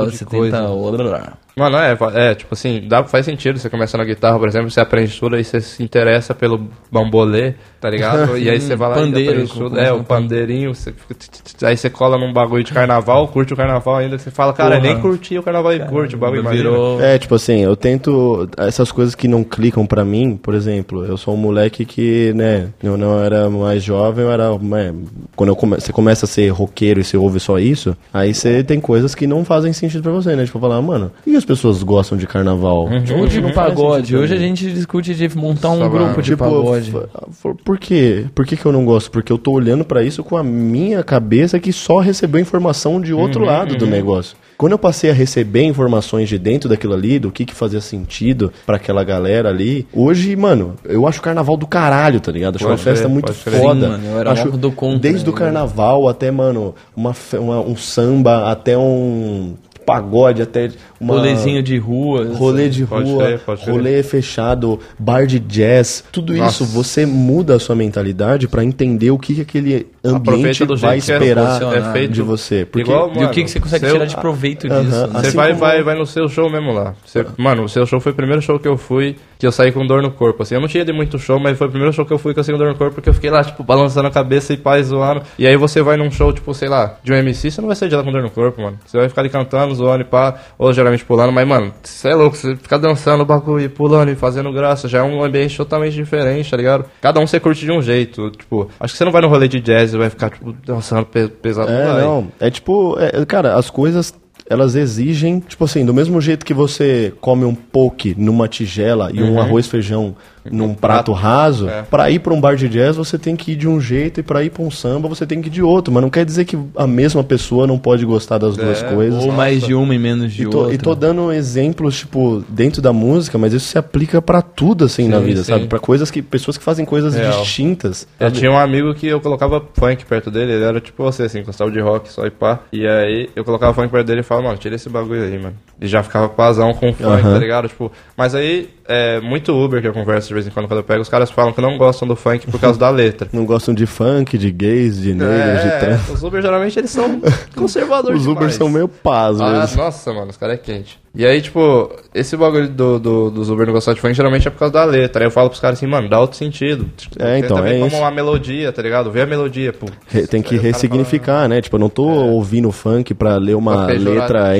S5: tipo de
S4: você
S5: coisa.
S4: tenta
S5: Mano, é, fa- é, tipo assim, dá, faz sentido. Você começa na guitarra, por exemplo, você aprende tudo, aí você se interessa pelo bambolê, tá ligado? E aí você vai lá
S4: Pandeiro,
S5: e aprende tudo.
S4: como
S5: É,
S4: chama?
S5: o pandeirinho, você fica tch, tch, tch, aí você cola num bagulho de carnaval, curte o carnaval ainda, você fala, cara,
S4: Porra.
S5: nem curti o carnaval e curte, o bagulho maneiro.
S4: virou
S3: É, tipo assim, eu tento. Essas coisas que não clicam pra mim, por exemplo, eu sou um moleque que, né, eu não era mais jovem, eu era. né, quando eu come- você começa a ser roqueiro e você ouve só isso, aí você tem coisas que não fazem sentido pra você, né? Tipo, falar, mano, por que as pessoas gostam de carnaval? Tipo,
S4: Hoje no
S3: faz
S4: Uhum. pagode.
S3: sentido pra
S4: Hoje a
S3: mim.
S4: gente discute de montar um
S5: Só
S4: grupo
S5: vai.
S4: de pagode.
S3: Tipo, f- f- Por quê? Por que, que eu não gosto? Porque eu tô olhando pra isso com a minha cabeça que só recebeu informação de outro
S5: Uhum,
S3: lado do negócio. Quando eu passei a receber informações de dentro daquilo ali, do que que fazia sentido pra aquela galera ali, hoje, mano, eu acho o carnaval do caralho, tá ligado? Acho
S5: Pode
S3: uma festa
S5: crer,
S3: muito
S5: pode crer.
S3: foda.
S4: Sim, mano, eu era
S3: acho,
S4: louco do contra,
S3: desde o
S4: né?
S3: carnaval até, mano, uma, fe- uma- um samba, até um pagode, até uma-
S4: Rolezinho de rua.
S3: Rolê de
S5: Pode
S3: rua,
S5: crer, pode crer.
S3: rolê fechado, bar de jazz, tudo
S5: Nossa.
S3: isso você muda a sua mentalidade pra entender o que, que aquele ambiente
S5: Aproveita do jeito
S3: vai
S5: que é
S3: esperar
S4: proporcionado.
S3: de você. Porque
S5: Igual,
S4: E o que, que você consegue
S5: Seu-
S4: tirar de proveito
S3: Aham,
S4: disso? né?
S5: Você
S3: Assim
S5: vai,
S3: como- É.
S5: vai, vai no seu show mesmo lá. Você- mano, o seu show foi o primeiro show que eu fui que eu saí com dor no corpo. Assim, eu não tinha de muito show, mas foi o primeiro show que eu fui que eu saí com dor no corpo, porque eu fiquei lá, tipo, balançando a cabeça e pai zoando. E aí você vai num show, tipo, sei lá, de um MC, você não vai sair de lá com dor no corpo, mano. Você vai ficar ali cantando, zoando e pá, ou geralmente pulando, mas, mano, você é louco, você ficar dançando o bagulho e pulando e fazendo graça, já é um ambiente totalmente diferente, tá ligado? Cada um você curte de um jeito, tipo, acho que você não vai no rolê de jazz e vai ficar, tipo, dançando pe- pesado.
S3: É,
S5: vai.
S3: não. É tipo, é, cara, as coisas elas exigem, tipo assim, do mesmo jeito que você come um poke numa tigela e
S5: Uhum.
S3: um arroz e feijão
S5: Um
S3: num prato raso,
S5: É.
S3: pra ir pra um bar de jazz você tem que ir de um jeito e pra ir pra um samba você tem que ir de outro, mas não quer dizer que a mesma pessoa não pode gostar das
S5: É,
S3: duas coisas.
S4: Ou mais de uma e menos de
S3: E tô,
S4: outra.
S3: e tô dando exemplos, tipo, dentro da música, mas isso se aplica pra tudo, assim, na vida,
S5: sim.
S3: sabe? Pra coisas que. pessoas que fazem coisas
S5: Real.
S3: distintas.
S5: Eu
S3: sabe?
S5: tinha um amigo que eu colocava funk perto dele, ele era tipo você, assim, gostava de rock, só e pá. E aí eu colocava funk perto dele e falava, mano, tira esse bagulho aí, mano. E já ficava pazão com o funk,
S3: Aham.
S5: tá ligado? Tipo, mas aí é muito Uber que eu converso de vez em quando quando eu pego, os caras falam que não gostam do funk por causa da letra.
S3: Não gostam de funk, de gays, de negros, de
S5: é,
S3: trans.
S5: os Uber geralmente eles são conservadores
S3: Os Uber
S5: demais.
S3: são meio pá, às
S5: Ah,
S3: vezes.
S5: nossa, mano, os caras é quente. E aí, tipo, esse bagulho do, do, dos Uber não gostar de funk geralmente é por causa da letra. Aí eu falo pros caras assim, mano, dá outro sentido.
S3: É, então,
S5: Tenta
S3: é
S5: ver como
S3: isso.
S5: uma melodia, tá ligado? Vê a melodia, pô.
S3: Re- Tem que
S5: Aí o cara É.
S3: ressignificar, né? Tipo, eu não tô ouvindo funk pra ler uma
S5: Pra pejorar,
S3: letra
S5: não.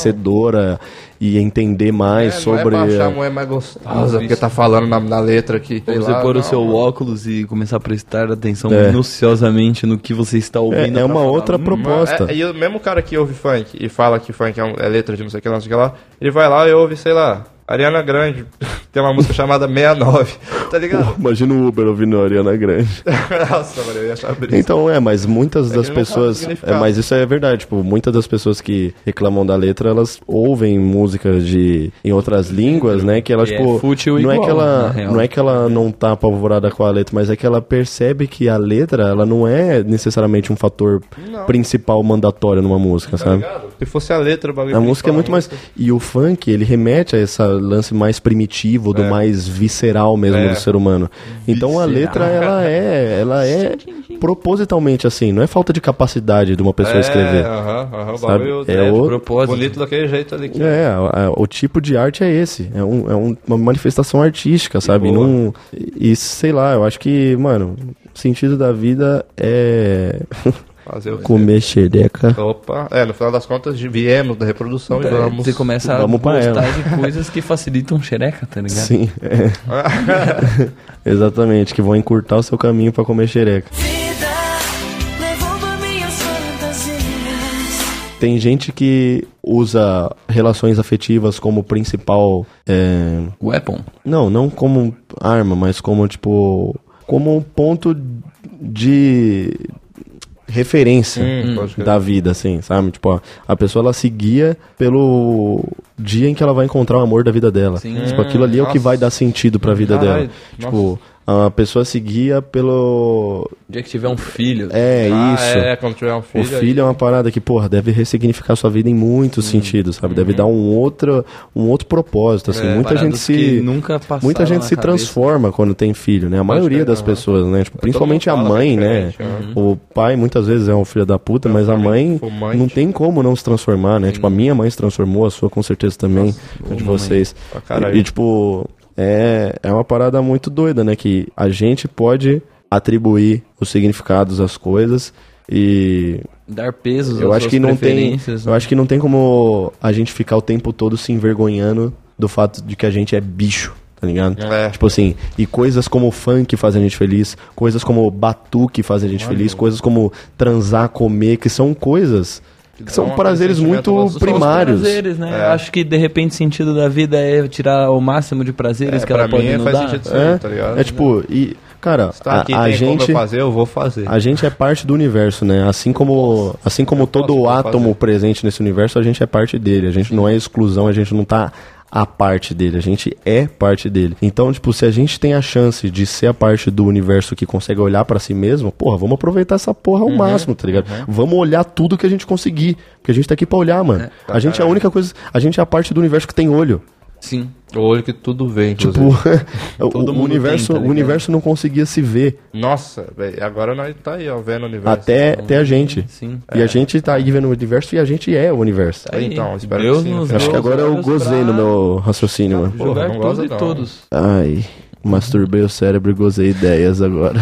S3: enriquecedora e entender mais
S5: É,
S3: sobre.
S5: Não é baixar a mulher mais gostosa, porque tá falando na, na letra aqui.
S4: Ou
S5: sei
S4: você
S5: lá,
S4: pôr
S5: não,
S4: o seu
S5: mano.
S4: óculos e começar a prestar atenção
S3: É.
S4: minuciosamente no que você está
S3: É,
S4: ouvindo.
S3: é
S4: pra
S3: uma
S4: falar.
S3: outra proposta.
S5: É, e o mesmo cara que ouve funk e fala que funk é, um- é letra de não sei o que lá, não sei o que lá, ele vai lá e ouve, sei lá, Ariana Grande, tem uma música chamada 69, tá ligado?
S3: Imagina o Uber ouvindo a Ariana Grande.
S5: Nossa, mano, eu ia achar brisa.
S3: Então, é, mas muitas das
S5: ele não sabe o
S3: pessoas.
S5: significado.
S3: é, mas isso é verdade. Tipo, muitas das pessoas que reclamam da letra, elas ouvem músicas de, em outras línguas, né? Que ela,
S4: E é
S3: tipo.
S4: fútil
S3: não, é
S4: igual, né,
S3: que ela,
S4: na real.
S3: não é que ela não tá apavorada com a letra, mas é que ela percebe que a letra, ela não é necessariamente um fator principal mandatório numa
S5: Tá
S3: música, sabe?
S5: Se fosse a letra, o bagulho
S3: A
S5: que
S3: música é
S5: ele
S3: muito
S5: fala,
S3: mais. E o funk, ele remete a esse lance mais primitivo, do mais visceral mesmo
S5: É.
S3: do ser humano. Então a letra, ela é. Ela é propositalmente assim, não é falta de capacidade de uma pessoa
S5: é,
S3: escrever.
S5: Aham, aham, o
S3: Sabe?
S5: bagulho
S3: É
S5: é,
S3: o-
S4: Propósito.
S5: bonito daquele jeito ali. que-
S3: É, a- a- o tipo de arte é esse. É, um- é um- uma manifestação artística, sabe?
S5: boa.
S3: Não, e, e sei lá, eu acho que, mano, o sentido da vida é.
S5: Fazer o
S3: comer xereca.
S5: Opa, é, no final das contas de- viemos da reprodução e vamos.
S4: Você começa a
S3: Vamos pra
S4: gostar
S3: ela.
S4: de coisas que facilitam xereca, tá ligado?
S3: Sim, é. Exatamente, que vão encurtar o seu caminho pra comer xereca.
S6: Vida devolva minhas fantasias.
S3: Tem gente que usa relações afetivas como principal. é,
S4: Weapon.
S3: Não, não como arma, mas como, tipo. Como um ponto de referência
S5: Hum, pode crer.
S3: da vida, assim, sabe? Tipo, ó, a pessoa ela se guia pelo dia em que ela vai encontrar o amor da vida dela.
S4: Sim.
S3: Tipo, aquilo ali é o que
S5: Nossa.
S3: vai dar sentido pra vida
S5: Caralho,
S3: dela. Tipo, a pessoa se guia pelo.
S4: O dia que tiver um filho.
S3: É
S5: Ah,
S3: isso.
S5: É, quando tiver um filho.
S3: O filho é uma parada que, porra, deve ressignificar sua vida em muitos
S4: Hum,
S3: sentidos, sabe? Deve dar um outro, um outro propósito, assim. muita
S4: uhum. é, paradas
S3: gente
S4: que
S3: se...
S4: nunca passaram
S3: Muita gente
S4: na
S3: se
S4: cabeça.
S3: transforma quando tem filho, né? A maioria das pessoas, né? Tipo, principalmente a
S5: mundo fala
S3: mãe,
S5: que é
S3: né?
S5: diferente,
S3: O pai muitas vezes é um filho da puta, mas a mãe
S5: fumante.
S3: não tem como não se transformar, né? Tipo, a minha mãe se transformou, a sua com certeza também, a de vocês.
S5: Pra caralho.
S3: E, tipo, é, é uma parada muito doida, né? Que a gente pode atribuir os significados às coisas e
S4: Dar pesos
S3: eu
S4: às
S3: acho
S4: suas
S3: que não tem,
S4: preferências,
S3: eu
S4: né?
S3: acho que não tem como a gente ficar o tempo todo se envergonhando do fato de que a gente é bicho, tá ligado?
S5: É.
S3: Tipo assim, e coisas como funk fazem a gente feliz, coisas como batuque fazem a gente feliz, coisas como transar, comer, que são coisas que
S5: dão
S3: são
S5: um
S3: prazeres
S5: sentimento
S3: muito
S5: gostoso.
S3: primários.
S4: São os prazeres, né?
S5: É.
S4: Eu acho que de repente o sentido da vida é tirar o máximo de prazeres
S5: É,
S4: que
S5: pra
S4: ela pode
S5: mim
S4: nos
S5: faz
S4: dar.
S5: sentido
S3: É,
S5: sim, tá ligado?
S3: é tipo, e cara,
S5: Se tá
S3: a,
S5: aqui,
S3: é a
S5: tem como
S3: gente
S5: eu fazer, eu vou fazer.
S3: A gente é parte do universo, né? Assim como, assim como
S5: posso,
S3: todo
S5: vou
S3: átomo
S5: fazer.
S3: presente nesse universo, a gente é parte dele. A gente não é exclusão, a gente não tá a parte dele, a gente é parte dele. Então, tipo, se a gente tem a chance de ser a parte do universo que consegue olhar pra si mesmo, porra, vamos aproveitar essa porra
S5: Uhum.
S3: ao máximo, tá ligado? Vamos olhar tudo que a gente conseguir, porque a gente tá aqui pra olhar, mano. a gente é a única coisa, a gente é a parte do universo que tem olho.
S4: Sim.
S5: O olho que tudo vê, inclusive.
S3: Tipo, o-
S5: Todo
S3: o
S5: mundo
S3: universo,
S5: tem, tá
S3: o universo não conseguia se ver
S5: Nossa, velho, agora nós tá aí, ó, vendo o universo.
S3: até,
S5: Então,
S3: até a gente.
S4: Sim.
S3: E a gente tá aí vendo o universo e a gente é o universo.
S5: aí, então, espero
S4: Deus
S5: que sim.
S4: nos
S5: cara.
S3: Acho que
S4: Deus
S3: agora eu
S4: olhos
S3: gozei no
S4: pra-
S3: meu raciocínio, mano.
S5: Porra,
S4: Jogar
S5: não
S4: tudo
S5: gosta
S4: e
S5: não.
S4: todos.
S3: Ai, masturbei o cérebro e gozei ideias agora.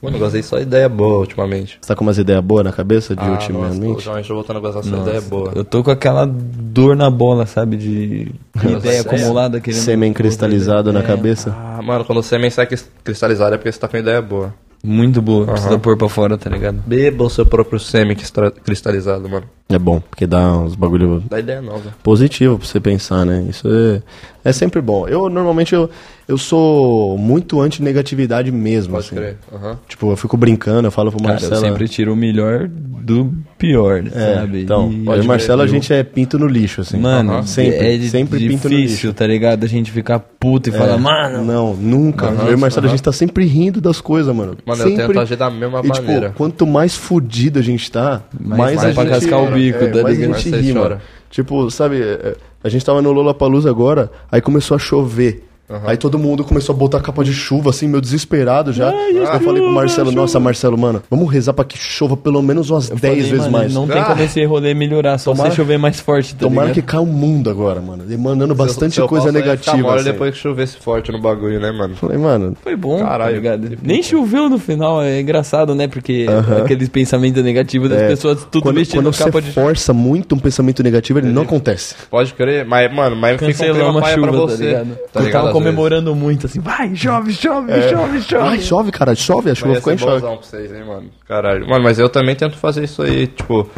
S5: Mano, eu gostei só ideia boa ultimamente.
S3: Você tá com umas ideias boas na cabeça de
S5: Ah, nossa,
S3: ultimamente?
S5: ultimamente eu voltando a gozar só ideia boa.
S4: Eu tô com aquela dor na bola, sabe? De, de ideia acumulada querendo.
S3: Sêmen cristalizado na cabeça?
S5: Ah, mano, quando o sêmen sai cris- cristalizado é porque você tá com ideia boa.
S4: Muito boa. Precisa pôr pra fora, tá ligado?
S5: Beba o seu próprio sêmen que está cristalizado, mano.
S3: É bom, porque dá uns bagulho
S5: Dá ideia nova.
S3: positivo pra você pensar, né? Isso é, é sempre bom. Eu, normalmente, eu, eu sou muito anti-negatividade mesmo,
S5: Pode
S3: assim.
S5: crer. Aham.
S3: Tipo, eu fico brincando, eu falo pro
S4: Cara,
S3: Marcelo...
S4: eu sempre tiro o melhor do pior,
S3: É,
S4: sabe?
S3: então,
S4: E-
S3: eu e o Marcelo, a
S5: eu-
S3: gente é pinto no lixo, assim.
S4: Mano,
S3: Aham. sempre,
S4: é di-
S3: sempre pinto no lixo. É.
S4: difícil, tá ligado? A gente ficar puto e falar, mano,
S3: Não, nunca.
S5: Aham,
S3: eu e o Marcelo,
S5: aham.
S3: a gente tá sempre rindo das coisas, mano.
S5: Mano, eu
S3: sempre...
S5: tento agir da mesma
S3: e,
S5: maneira.
S3: Tipo, quanto mais fudido a gente tá, mais,
S4: dá
S3: a
S4: pra
S3: gente...
S4: cascar o bico,
S3: é,
S4: tá
S3: mais a
S4: ligado?
S3: gente
S5: Mas
S3: ri,
S5: você
S3: mano.
S5: chora.
S3: Tipo, sabe, é, a gente tava no Lollapalooza agora, aí começou a chover. Aí todo mundo começou a botar capa de chuva, assim, meio desesperado
S4: Ah,
S3: já. eu falei pro Marcelo, nossa, Marcelo, mano, vamos rezar pra que chova pelo menos umas 10
S4: falei,
S3: vezes
S4: mano,
S3: mais.
S4: Não tem
S5: Ah.
S4: como esse rolê melhorar, só
S3: Tomara-
S4: se chover mais forte, tá
S3: Tomara que
S4: ligado?
S3: caia o mundo agora, mano. E mandando bastante
S5: Seu- seu
S3: coisa
S5: pau só ia ficar
S3: negativa.
S5: mole
S3: assim.
S5: depois que chovesse forte no bagulho, né, mano?
S3: Falei, mano,
S4: Foi bom,
S5: Caralho,
S4: tá ligado?
S5: que
S4: Nem choveu no final, é engraçado, né? Porque aqueles pensamentos negativos das
S3: É,
S4: pessoas tudo
S3: quando,
S4: vestindo
S3: quando
S4: capa
S3: você
S4: de chuva.
S3: força muito um pensamento negativo, ele não acontece.
S5: Pode crer, mas, mano, mas fica um
S4: Cancelou
S5: clima
S4: uma
S5: paia
S4: chuva,
S5: pra
S4: tá
S5: você.
S4: ligado? eu
S5: ligado,
S4: tava
S5: às
S4: comemorando muito, assim, vai, chove, chove, chove, chove.
S3: Ai, chove, cara, chove, a
S5: É. Mas
S3: chuva
S5: ia
S3: ficou
S5: ser
S3: em choque.
S5: bonzão pra vocês, hein, mano. Caralho. Mano, mas eu também tento fazer isso aí, tipo.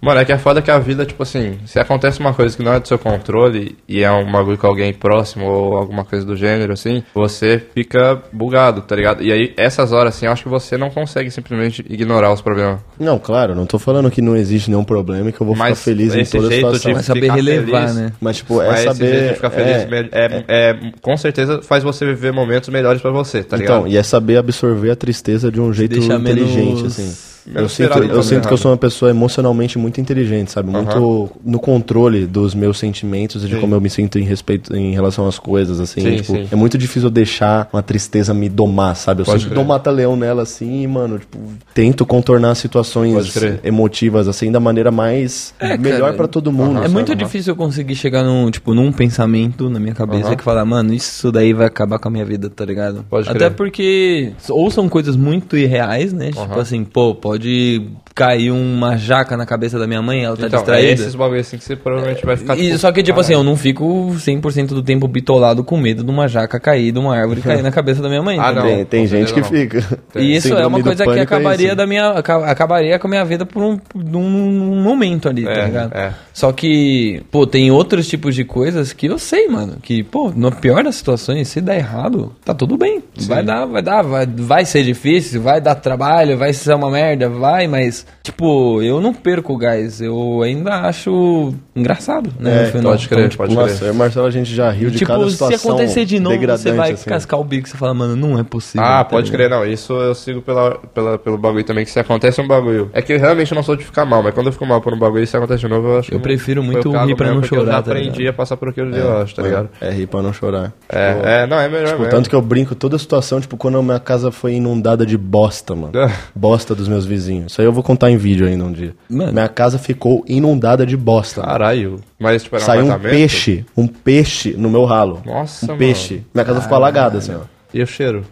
S5: Mano, é que é foda que a vida, tipo assim, se acontece uma coisa que não é do seu controle e é um bagulho com alguém próximo ou alguma coisa do gênero, assim, você fica bugado, tá ligado? E aí, essas horas, assim, eu acho que você não consegue simplesmente ignorar os problemas.
S3: Não, claro, não tô falando que não existe nenhum problema e que eu vou
S5: Mas
S3: ficar feliz em
S5: esse
S3: toda a
S5: jeito tipo,
S3: situação.
S5: de-
S4: Mas saber
S5: Ficar
S4: relevar,
S5: feliz.
S4: né?
S3: Mas, tipo, é
S5: mas
S3: saber.
S5: esse jeito de ficar feliz
S3: é,
S5: me- é- é- com certeza faz você viver momentos melhores pra você, tá ligado?
S3: Então, e é saber absorver a tristeza de um jeito
S4: Deixar
S3: inteligente,
S4: menos-
S3: assim.
S5: menos
S3: Eu sinto,
S5: esperado
S3: eu
S5: também,
S3: sinto que eu
S5: errado.
S3: sou uma pessoa emocionalmente muito inteligente, sabe? Muito no controle dos meus sentimentos e de como eu me sinto em respeito em relação às coisas, assim.
S5: Sim,
S3: tipo,
S5: sim.
S3: é muito difícil eu deixar uma tristeza me domar, sabe? Eu
S5: Pode
S3: sempre
S5: crer.
S3: dou um mata-leão nela, assim, e, mano, tipo, tento contornar
S5: Pode
S3: situações
S5: crer.
S3: emotivas, assim, da maneira mais melhor pra todo mundo.
S4: É
S3: sabe?
S4: muito difícil eu conseguir chegar num, tipo, num pensamento na minha cabeça que falar, mano, isso daí vai acabar com a minha vida, tá ligado?
S5: Pode
S4: Até
S5: crer.
S4: porque ou são coisas muito irreais, né? Tipo assim, pô, pode cair uma jaca na cabeça da minha mãe, ela tá
S5: então é
S4: distraída.
S5: esses bagulhos assim que você provavelmente vai ficar. "Ah,
S4: E, só que, tipo assim, eu não fico 100% do tempo bitolado com medo de uma jaca cair, de uma árvore cair na cabeça da minha mãe.
S5: Ah,
S4: entendeu?
S5: não,
S3: Tem, tem
S5: com
S3: gente que
S5: certeza
S3: fica.
S4: E isso é
S3: Síndrome
S4: uma
S3: do
S4: coisa que
S3: pânico é
S4: acabaria
S3: isso.
S4: da minha aca- acabaria com a minha vida por um, num, num momento ali, tá
S5: É,
S4: ligado?
S5: é.
S4: Só que, pô, tem outros tipos de coisas que eu sei, mano, que, pô, no pior das situações, se der errado, tá tudo bem. Vai dar, vai dar, vai, vai ser difícil, vai dar trabalho, vai ser uma merda, vai, mas tipo, eu não perco o gás, eu ainda acho engraçado, né,
S3: É,
S4: no final.
S5: pode crer,
S4: Então, tipo,
S5: pode
S3: Nossa, eu e o Marcelo, a gente já riu de cada
S4: Tipo, se
S3: situação
S4: acontecer de novo, você
S3: degradante,
S4: vai
S3: assim.
S4: cascar o bico, você fala, mano, não é possível.
S5: Ah,
S4: tá
S5: pode
S4: ligado?
S5: crer, não. Isso eu sigo pela, pela- pelo bagulho também, que se acontece um bagulho. É que eu realmente não sou de ficar mal, mas quando eu fico mal por um bagulho e se acontece de novo, eu acho que.
S4: Eu prefiro
S5: foi
S4: muito
S5: o caso
S4: rir pra
S5: mesmo,
S4: não
S5: porque Eu já
S4: chorar, tá
S5: aprendi
S4: ligado?
S5: a passar por aquilo ali, eu acho, tá ligado?
S3: É, rir pra não chorar.
S5: É, é, não, é melhor
S3: Tipo,
S5: mesmo.
S3: tanto que eu brinco toda a situação, tipo, quando a minha casa foi inundada de bosta, mano.
S5: É.
S3: bosta dos meus vizinhos. Isso aí eu vou contar em vídeo ainda um dia.
S4: Mano.
S3: Minha casa ficou inundada de bosta. mano.
S5: Caralho. Mas, tipo, era um
S3: Saiu um
S5: Ah, apartamento?
S3: peixe, um peixe no meu ralo.
S5: Nossa,
S3: Um
S5: mano.
S3: peixe. Minha casa ficou alagada, assim, ó.
S5: E o cheiro?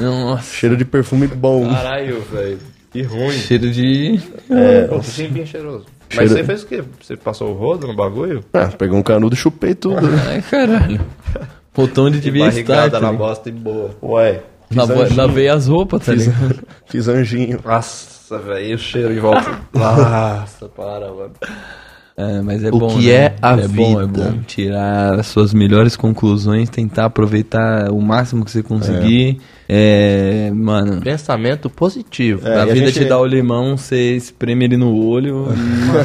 S4: Nossa.
S3: Cheiro de perfume bom.
S5: Caralho, velho. Que ruim.
S4: Cheiro de.
S5: Pô, que cheiro bem cheiroso.
S3: é. Cheiro-
S5: Mas você fez o quê? Você passou o rodo no bagulho?
S3: Ah, peguei um canudo e chupei tudo.
S4: Ai, caralho. Botão onde devia estar.
S5: Barrigada
S4: Tá
S3: né?
S5: na
S4: ligado?
S5: bosta e boa.
S3: Ué. fiz
S4: Lavou-
S3: anjinho.
S4: lavei as roupas, tá
S3: Fiz-
S4: ligado?
S3: Fiz anjinho.
S5: Nossa, velho. E o cheiro em volta? Nossa, para, mano.
S4: É, mas é
S7: O
S4: bom.
S7: que
S4: né?
S7: é a
S4: é Bom, é
S7: vida?
S4: bom tirar as suas melhores conclusões, tentar aproveitar o máximo que você conseguir. É, mano.
S7: Pensamento positivo.
S3: É,
S4: a
S3: e a
S4: vida te
S3: gente-
S4: dá o limão, você espreme ele no olho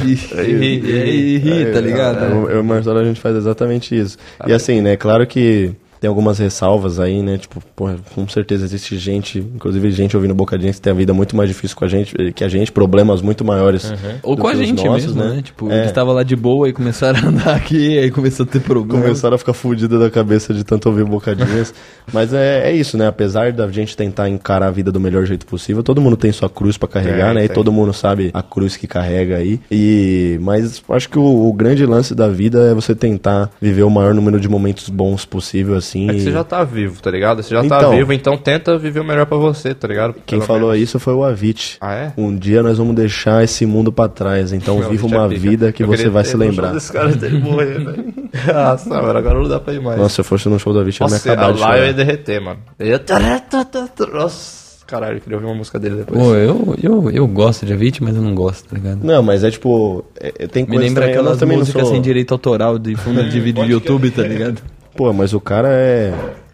S4: e, e, ri- e ri, tá ligado?
S3: Eu, eu e é o Marcelo, a gente faz exatamente isso. E assim, né, claro que tem algumas ressalvas aí, né, tipo, porra, com certeza existe gente, inclusive gente ouvindo Bocadinha que tem a vida muito mais difícil com a gente, eh, que a gente, problemas muito maiores.
S4: Ou
S3: do
S4: com a
S3: que os
S4: gente
S3: nossos,
S4: mesmo, né? Tipo,
S3: É.
S4: eles estavam lá de boa e começaram a andar aqui, aí começou a ter
S5: Né?
S4: problema.
S3: Começaram a ficar fudida da cabeça de tanto ouvir bocadinhas. Mas é, é isso, né? Apesar da gente tentar encarar a vida do melhor jeito possível, todo mundo tem sua cruz pra carregar,
S5: Tem,
S3: né? E
S5: tem.
S3: todo mundo sabe a cruz que carrega aí. E mas acho que o, o grande lance da vida é você tentar viver o maior número de momentos bons possível, assim.
S5: É que
S3: e
S5: você já tá vivo, tá ligado? Você já tá
S3: Então.
S5: vivo, então tenta viver o melhor pra você, tá ligado?
S3: Quem
S5: Pelo
S3: falou
S5: menos.
S3: isso foi o Avit.
S5: Ah, é?
S3: Um dia nós vamos deixar esse mundo pra trás, então
S5: Meu,
S3: viva
S5: bicho é
S3: uma
S5: pica.
S3: vida que
S5: Eu
S3: você
S5: queria
S3: vai
S5: ter
S3: se
S5: no show
S3: lembrar.
S5: desse cara até ele morrer, velho. Nossa, mano, agora não dá pra ir mais.
S3: Nossa, se eu fosse no show do Avit, eu ia me
S5: Nossa,
S3: acabar de
S5: lá eu ia
S3: chorar.
S5: derreter, mano. Eu ia... Nossa, caralho, eu queria ouvir uma música dele depois.
S4: Pô, eu, eu, eu gosto de Avit, mas eu não gosto, tá ligado?
S3: Não, mas é tipo, é- é- tem
S4: Me
S3: coisa
S4: lembra
S3: também, eu não-
S4: aquelas
S3: também não
S4: músicas
S3: sou-
S5: assim,
S4: sem direito autoral de fundo de vídeo do YouTube, tá ligado?
S3: Pô, mas o cara é.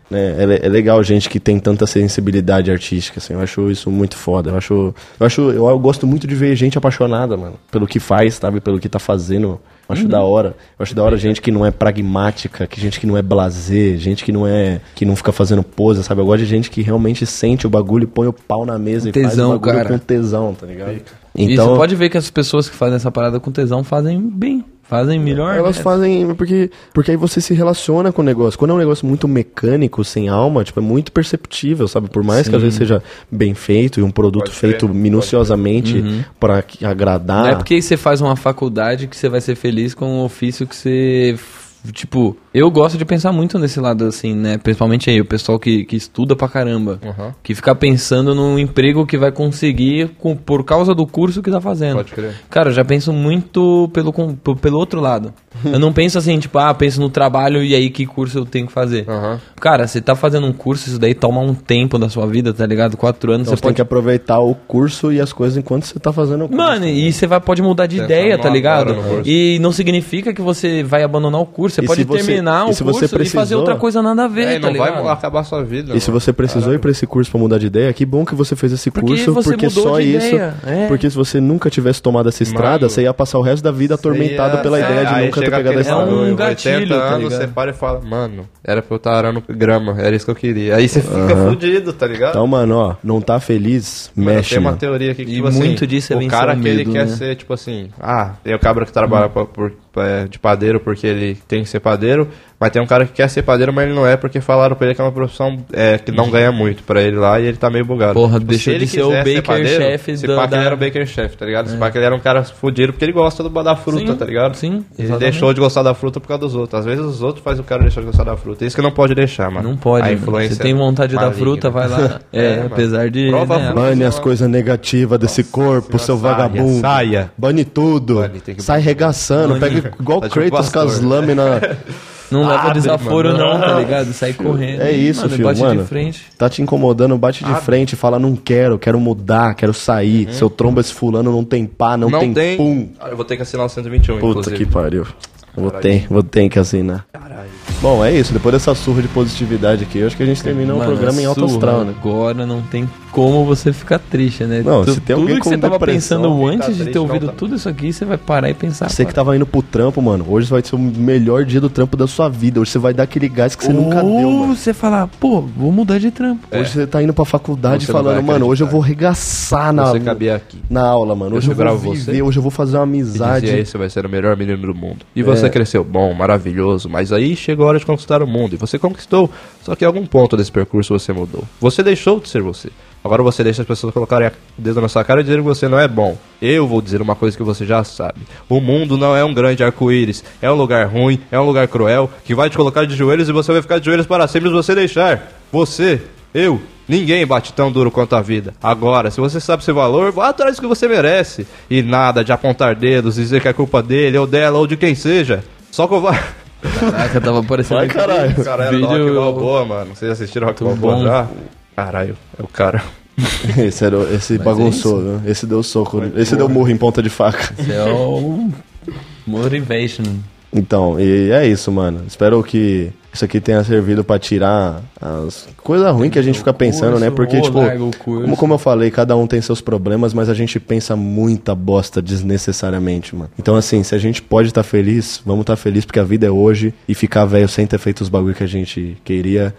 S3: Né, é, le- é legal gente que tem tanta sensibilidade artística, assim. Eu acho isso muito foda. Eu acho. Eu acho. Eu, eu gosto muito de ver gente apaixonada, mano. Pelo que faz, sabe? Pelo que tá fazendo. Eu
S4: Uhum.
S3: acho da hora. Eu acho da hora gente que não é pragmática, que gente que não é blazer, gente que não é. que não fica fazendo pose, sabe? Eu gosto de gente que realmente sente o bagulho e põe o pau na mesa e faz o
S4: tesão,
S3: bagulho
S4: cara.
S3: com tesão, tá ligado?
S4: Então, e você pode ver que as pessoas que fazem essa parada com tesão fazem bem, fazem melhor.
S3: Elas
S4: né?
S3: fazem porque, porque aí você se relaciona com o negócio. Quando é um negócio muito mecânico, sem alma, tipo, é muito perceptível, sabe? Por mais que às vezes seja bem feito e um produto
S5: Pode crer,
S3: feito
S5: pode
S3: minuciosamente pra que- agradar.
S4: Uhum. Não
S5: Ah.
S4: é porque você faz uma faculdade que você vai ser feliz com um ofício que você. f- Tipo, eu gosto de pensar muito nesse lado assim, né? Principalmente aí, o pessoal que, que estuda pra caramba.
S5: Uhum.
S4: Que fica pensando num emprego que vai conseguir com- por causa do curso que tá fazendo.
S5: Pode crer.
S4: Cara, eu já penso muito pelo, com- p- pelo outro lado. eu não penso assim, tipo, ah, penso no trabalho e aí que curso eu tenho que fazer.
S5: Aham.
S4: Cara, você tá fazendo um curso, isso daí toma um tempo da sua vida, tá ligado? Quatro anos,
S3: Então
S4: você
S3: você tem
S4: pode
S3: que aproveitar o curso e as coisas enquanto você tá fazendo o curso.
S4: Mano, e você vai, pode mudar de
S5: Pensar
S4: ideia,
S5: uma
S4: tá ligado?
S5: hora no curso.
S4: E não significa que você vai abandonar o curso. Você
S3: E
S4: pode
S3: se você-
S4: terminar
S3: e
S4: o
S3: se
S4: curso
S3: você
S4: e fazer
S3: precisou-
S4: outra coisa nada a ver,
S5: É, e
S4: tá
S5: não vai
S4: ligado?
S5: acabar sua vida.
S3: E se
S5: mano.
S3: você precisou ir pra esse curso pra mudar de ideia, que bom que você fez esse
S4: Porque
S3: curso,
S4: você
S3: porque
S4: mudou
S3: só
S4: de
S3: isso.
S4: ideia, é.
S3: Porque se você nunca tivesse tomado essa estrada,
S5: Mano,
S3: você ia passar o resto da vida atormentado
S5: Aí,
S3: pela
S5: é,
S3: ideia de
S5: aí
S3: nunca ter
S5: chega
S3: pegado a
S5: aquele
S3: estrada.
S5: maluco,
S4: É um gatilho,
S5: 80
S4: tá
S5: anos,
S4: ligado?
S5: você para e fala, mano, era pra eu estar arando grama, era isso que eu queria. Aí você fica fudido, tá ligado?
S3: Então, mano, ó, não tá feliz,
S5: Mano,
S3: mexe.
S5: Tem uma
S3: mano.
S5: teoria aqui que,
S4: E
S5: tipo assim,
S4: muito disso é
S5: o
S4: vencer
S5: cara
S4: o
S5: que ele
S4: medo,
S5: quer
S4: né? Hum.
S5: ser, tipo assim, ah, tem o cabra que trabalha pra- por- pra- é, de padeiro porque ele tem que ser padeiro, mas tem um cara que quer ser padeiro, mas ele não é porque falaram pra ele que é uma profissão é, que não ganha muito pra ele lá e ele tá meio bugado.
S4: Hum. Porra, deixou
S5: se ele
S4: de ser o
S5: quiser
S4: baker chef
S5: Se
S4: da-
S5: pá que ele
S4: da- É.
S5: era o baker chef, tá ligado? Se pá que ele era um cara fudido porque ele gosta do, da fruta,
S4: Sim,
S5: tá ligado?
S4: sim,
S5: Ele
S4: exatamente.
S5: deixou de gostar da fruta por causa dos outros. Às vezes os outros fazem o cara deixar de gostar da fruta. É Isso que não pode deixar, mano.
S4: Não pode.
S5: A
S4: mano.
S5: influência
S4: Você tem vontade da
S5: maligna.
S4: fruta, vai lá. É,
S5: É, mano.
S4: apesar de. né,
S5: Prova a fruta.
S3: Bane as coisas negativas desse corpo, seu
S5: saia,
S3: vagabundo.
S5: saia.
S3: Bane tudo.
S5: Bane, tem que
S3: Sai regaçando. Pega igual
S5: Tá tipo
S3: Kratos com as
S5: pastor.
S3: lâminas.
S4: Não leva
S5: Abre,
S4: desaforo,
S5: mano.
S4: não, tá ligado? Sai correndo.
S3: É isso,
S4: mano,
S3: filho.
S4: Bate
S3: mano,
S4: de frente.
S3: Tá te incomodando, bate
S5: Ah.
S3: de frente. Fala, não quero, quero mudar, quero sair. Seu tromba esse fulano não tem pá, não,
S5: Uhum. Não
S3: tem,
S5: tem.
S3: pum.
S5: Ah, Eu vou ter que assinar o 121,
S3: Puta
S5: inclusive.
S3: que pariu. Vou ter, vou ter que assinar. Bom, é isso. Depois dessa surra de positividade aqui, eu acho que a gente termina o
S4: Mano,
S3: programa em alto
S4: surra,
S3: astral, né?
S4: Agora não tem como você ficar triste, né?
S3: Não,
S4: Tu-
S3: se tem alguém
S4: tudo que
S3: com
S4: você tava
S3: depressão,
S4: pensando
S5: quem tá
S4: antes de
S5: triste
S4: ter
S5: não
S4: ouvido
S5: tá.
S4: tudo isso aqui, você vai parar e pensar.
S3: Você que tá- tava indo pro trampo, mano, hoje vai ser o melhor dia do trampo da sua vida. Hoje você vai dar aquele gás que você nunca deu,
S4: Ou
S3: mano.
S4: você falar, pô, vou mudar de trampo.
S3: Hoje você tá indo pra faculdade
S5: É. Você não
S3: falando,
S5: vai
S3: mano, hoje eu
S5: acreditar.
S3: vou arregaçar na,
S5: Você cabia aqui.
S3: na aula, mano. Hoje eu,
S5: Eu
S3: vou
S5: segurava
S3: viver,
S5: você.
S3: hoje eu vou fazer uma
S5: E dizia,
S3: amizade.
S5: "Esse vai ser o melhor menino do mundo.
S3: É.
S5: E você cresceu bom, maravilhoso, mas aí chegou a hora de conquistar o mundo. E você conquistou, só que em algum ponto desse percurso você mudou. Você deixou de ser você. Agora você deixa as pessoas colocarem a dedo na sua cara e dizer que você não é bom. Eu vou dizer uma coisa que você já sabe. O mundo não é um grande arco-íris. É um lugar ruim, é um lugar cruel, que vai te colocar de joelhos e você vai ficar de joelhos para sempre se você deixar. Você, eu, Ninguém bate tão duro quanto a vida. Agora, se você sabe seu valor, vá atrás do que você merece. E nada de apontar dedos, dizer que é culpa dele, ou dela, ou de quem seja. Só que eu vá.
S4: Caraca, tava aparecendo.
S3: Vai, caralho.
S5: Caralho,
S4: Vídeo-
S5: Rock Balboa, mano. Vocês assistiram Rock
S4: Muito
S5: Balboa
S4: bom.
S5: já? Caralho, é o cara.
S3: Esse, era,
S5: é
S3: o- esse bagunçou, viu? Esse deu soco. esse deu murro em ponta de faca.
S4: Esse é o Motivation.
S3: Então, e é isso, mano. Espero que isso aqui tenha servido pra tirar as coisas ruins que a gente fica pensando, né?
S4: curso,
S3: Porque,
S4: ou
S3: tipo,
S4: larga o curso.
S3: como, como eu falei, cada um tem seus problemas, mas a gente pensa muita bosta desnecessariamente, mano. Então, assim, se a gente pode estar feliz, vamos estar feliz porque a vida é hoje e ficar velho sem ter feito os bagulho que a gente queria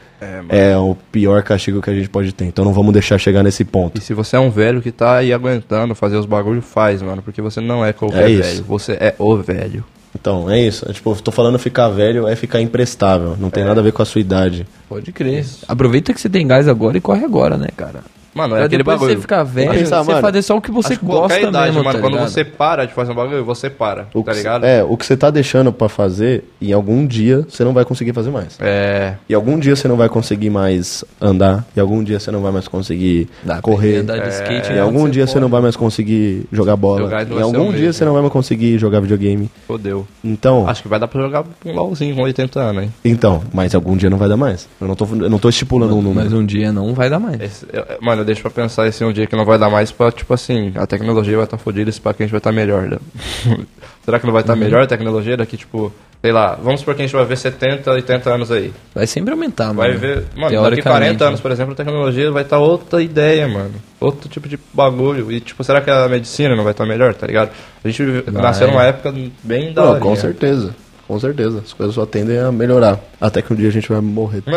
S3: é, o pior castigo que a gente pode ter. Então, não vamos deixar chegar nesse
S5: E
S3: ponto.
S5: se você é um velho que tá aí aguentando fazer os bagulho, faz, mano. Porque você não é qualquer
S3: É isso.
S5: velho. Você é o velho.
S3: Então, é isso. É, Tipo, tô falando ficar velho é ficar imprestável. Não
S4: É.
S3: tem nada a ver com a sua idade.
S4: Pode crer. Aproveita que você tem gás agora e corre agora, né, cara?
S5: Mano, é
S4: Pra
S5: aquele
S4: depois
S5: bagulho.
S4: você ficar velho,
S3: Mas pensar,
S4: você
S3: mano,
S4: fazer só o que você
S5: Acho que qualquer
S4: gosta
S5: idade,
S4: mesmo,
S5: mano.
S4: tá
S5: quando
S4: ligado?
S5: você para de fazer um bagulho, você para,
S3: O
S5: tá
S3: que cê-
S5: ligado?
S3: é, o que você tá deixando pra fazer, em algum dia você não vai conseguir fazer mais.
S5: É.
S3: E algum dia você não vai conseguir mais andar, e algum dia você não vai mais conseguir correr.
S5: É,
S4: Andar de skate,
S3: E
S4: né,
S3: algum dia
S4: pode.
S3: você não vai mais conseguir jogar bola.
S5: Jogar não
S3: E
S4: é
S5: vai ser o
S3: algum dia
S5: mesmo.
S3: você não vai mais conseguir jogar videogame.
S5: Fodeu.
S3: Então,
S5: Acho que vai dar pra jogar um LOLzinho com 80 anos, hein?
S3: então, mas algum dia não vai dar mais. Eu não tô, eu não tô estipulando um número.
S4: Mas um dia não vai dar mais.
S5: Esse- eu- eu- mano, eu deixo pra pensar esse um dia que não vai dar mais pra, tipo assim, a tecnologia vai estar tá fodida, esse pra que a gente vai estar melhor. né? Será que não
S4: Uhum.
S5: vai estar melhor a tecnologia daqui, tipo, sei lá, vamos supor que a gente vai ver 70, 80 anos aí.
S4: Vai sempre aumentar,
S5: Vai
S4: mano.
S5: ver, mano, daqui
S4: Uhum. Teoricamente,
S5: 40 anos,
S4: né?
S5: por exemplo, a tecnologia vai estar outra ideia, mano. Outro tipo de bagulho. E, tipo, será que a medicina não vai estar melhor, tá ligado? A gente vive- nasceu numa época bem da
S3: Não,
S5: hora.
S3: com certeza. Com certeza. As coisas só tendem a melhorar. Até que um dia a gente vai morrer. tudo.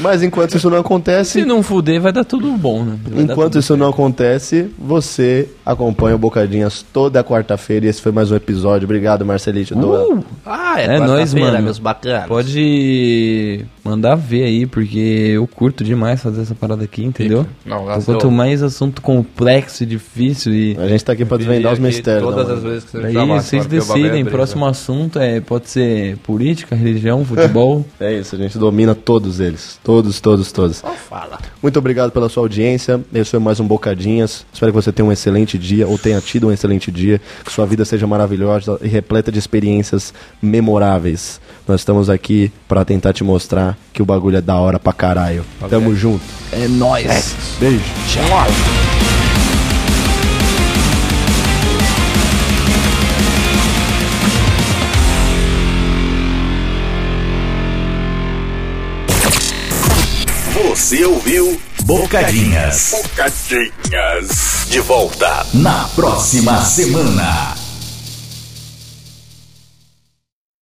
S3: mas enquanto isso não acontece,
S4: Se não fuder, vai dar tudo bom, né? Vai dar
S3: Enquanto
S4: tudo
S3: isso não acontece, você acompanha o Bocadinhas toda quarta-feira e esse foi mais um episódio. Obrigado, Marcelite. Doa.
S5: Ah,
S4: É nóis, mano.
S5: bacanas.
S4: Pode mandar ver aí, porque eu curto demais fazer essa parada aqui, entendeu?
S5: Não,
S4: Então,
S5: nasceu-
S4: quanto mais assunto complexo e difícil e.
S3: A gente tá aqui pra desvendar os
S5: aqui
S3: mistérios.
S5: Todas
S3: não,
S5: as
S3: mano.
S5: vezes que você me
S4: Aí
S5: chamar,
S4: É vocês
S5: mano, que o bagulho é
S4: decidem,
S5: brisa.
S4: próximo assunto é pode ser política, religião, futebol.
S3: É isso, a gente domina todos eles. Todos, todos, todos. Muito obrigado pela sua audiência. Esse foi mais um Bocadinhas. Espero que você tenha um excelente dia ou tenha tido um excelente dia. Que sua vida seja maravilhosa e repleta de experiências memoráveis. Nós estamos aqui pra tentar te mostrar que o bagulho é da hora pra caralho. Tamo junto.
S4: É nóis!
S3: Beijo.
S1: Você ouviu Bocadinhas.
S2: Bocadinhas.
S1: De volta na próxima semana.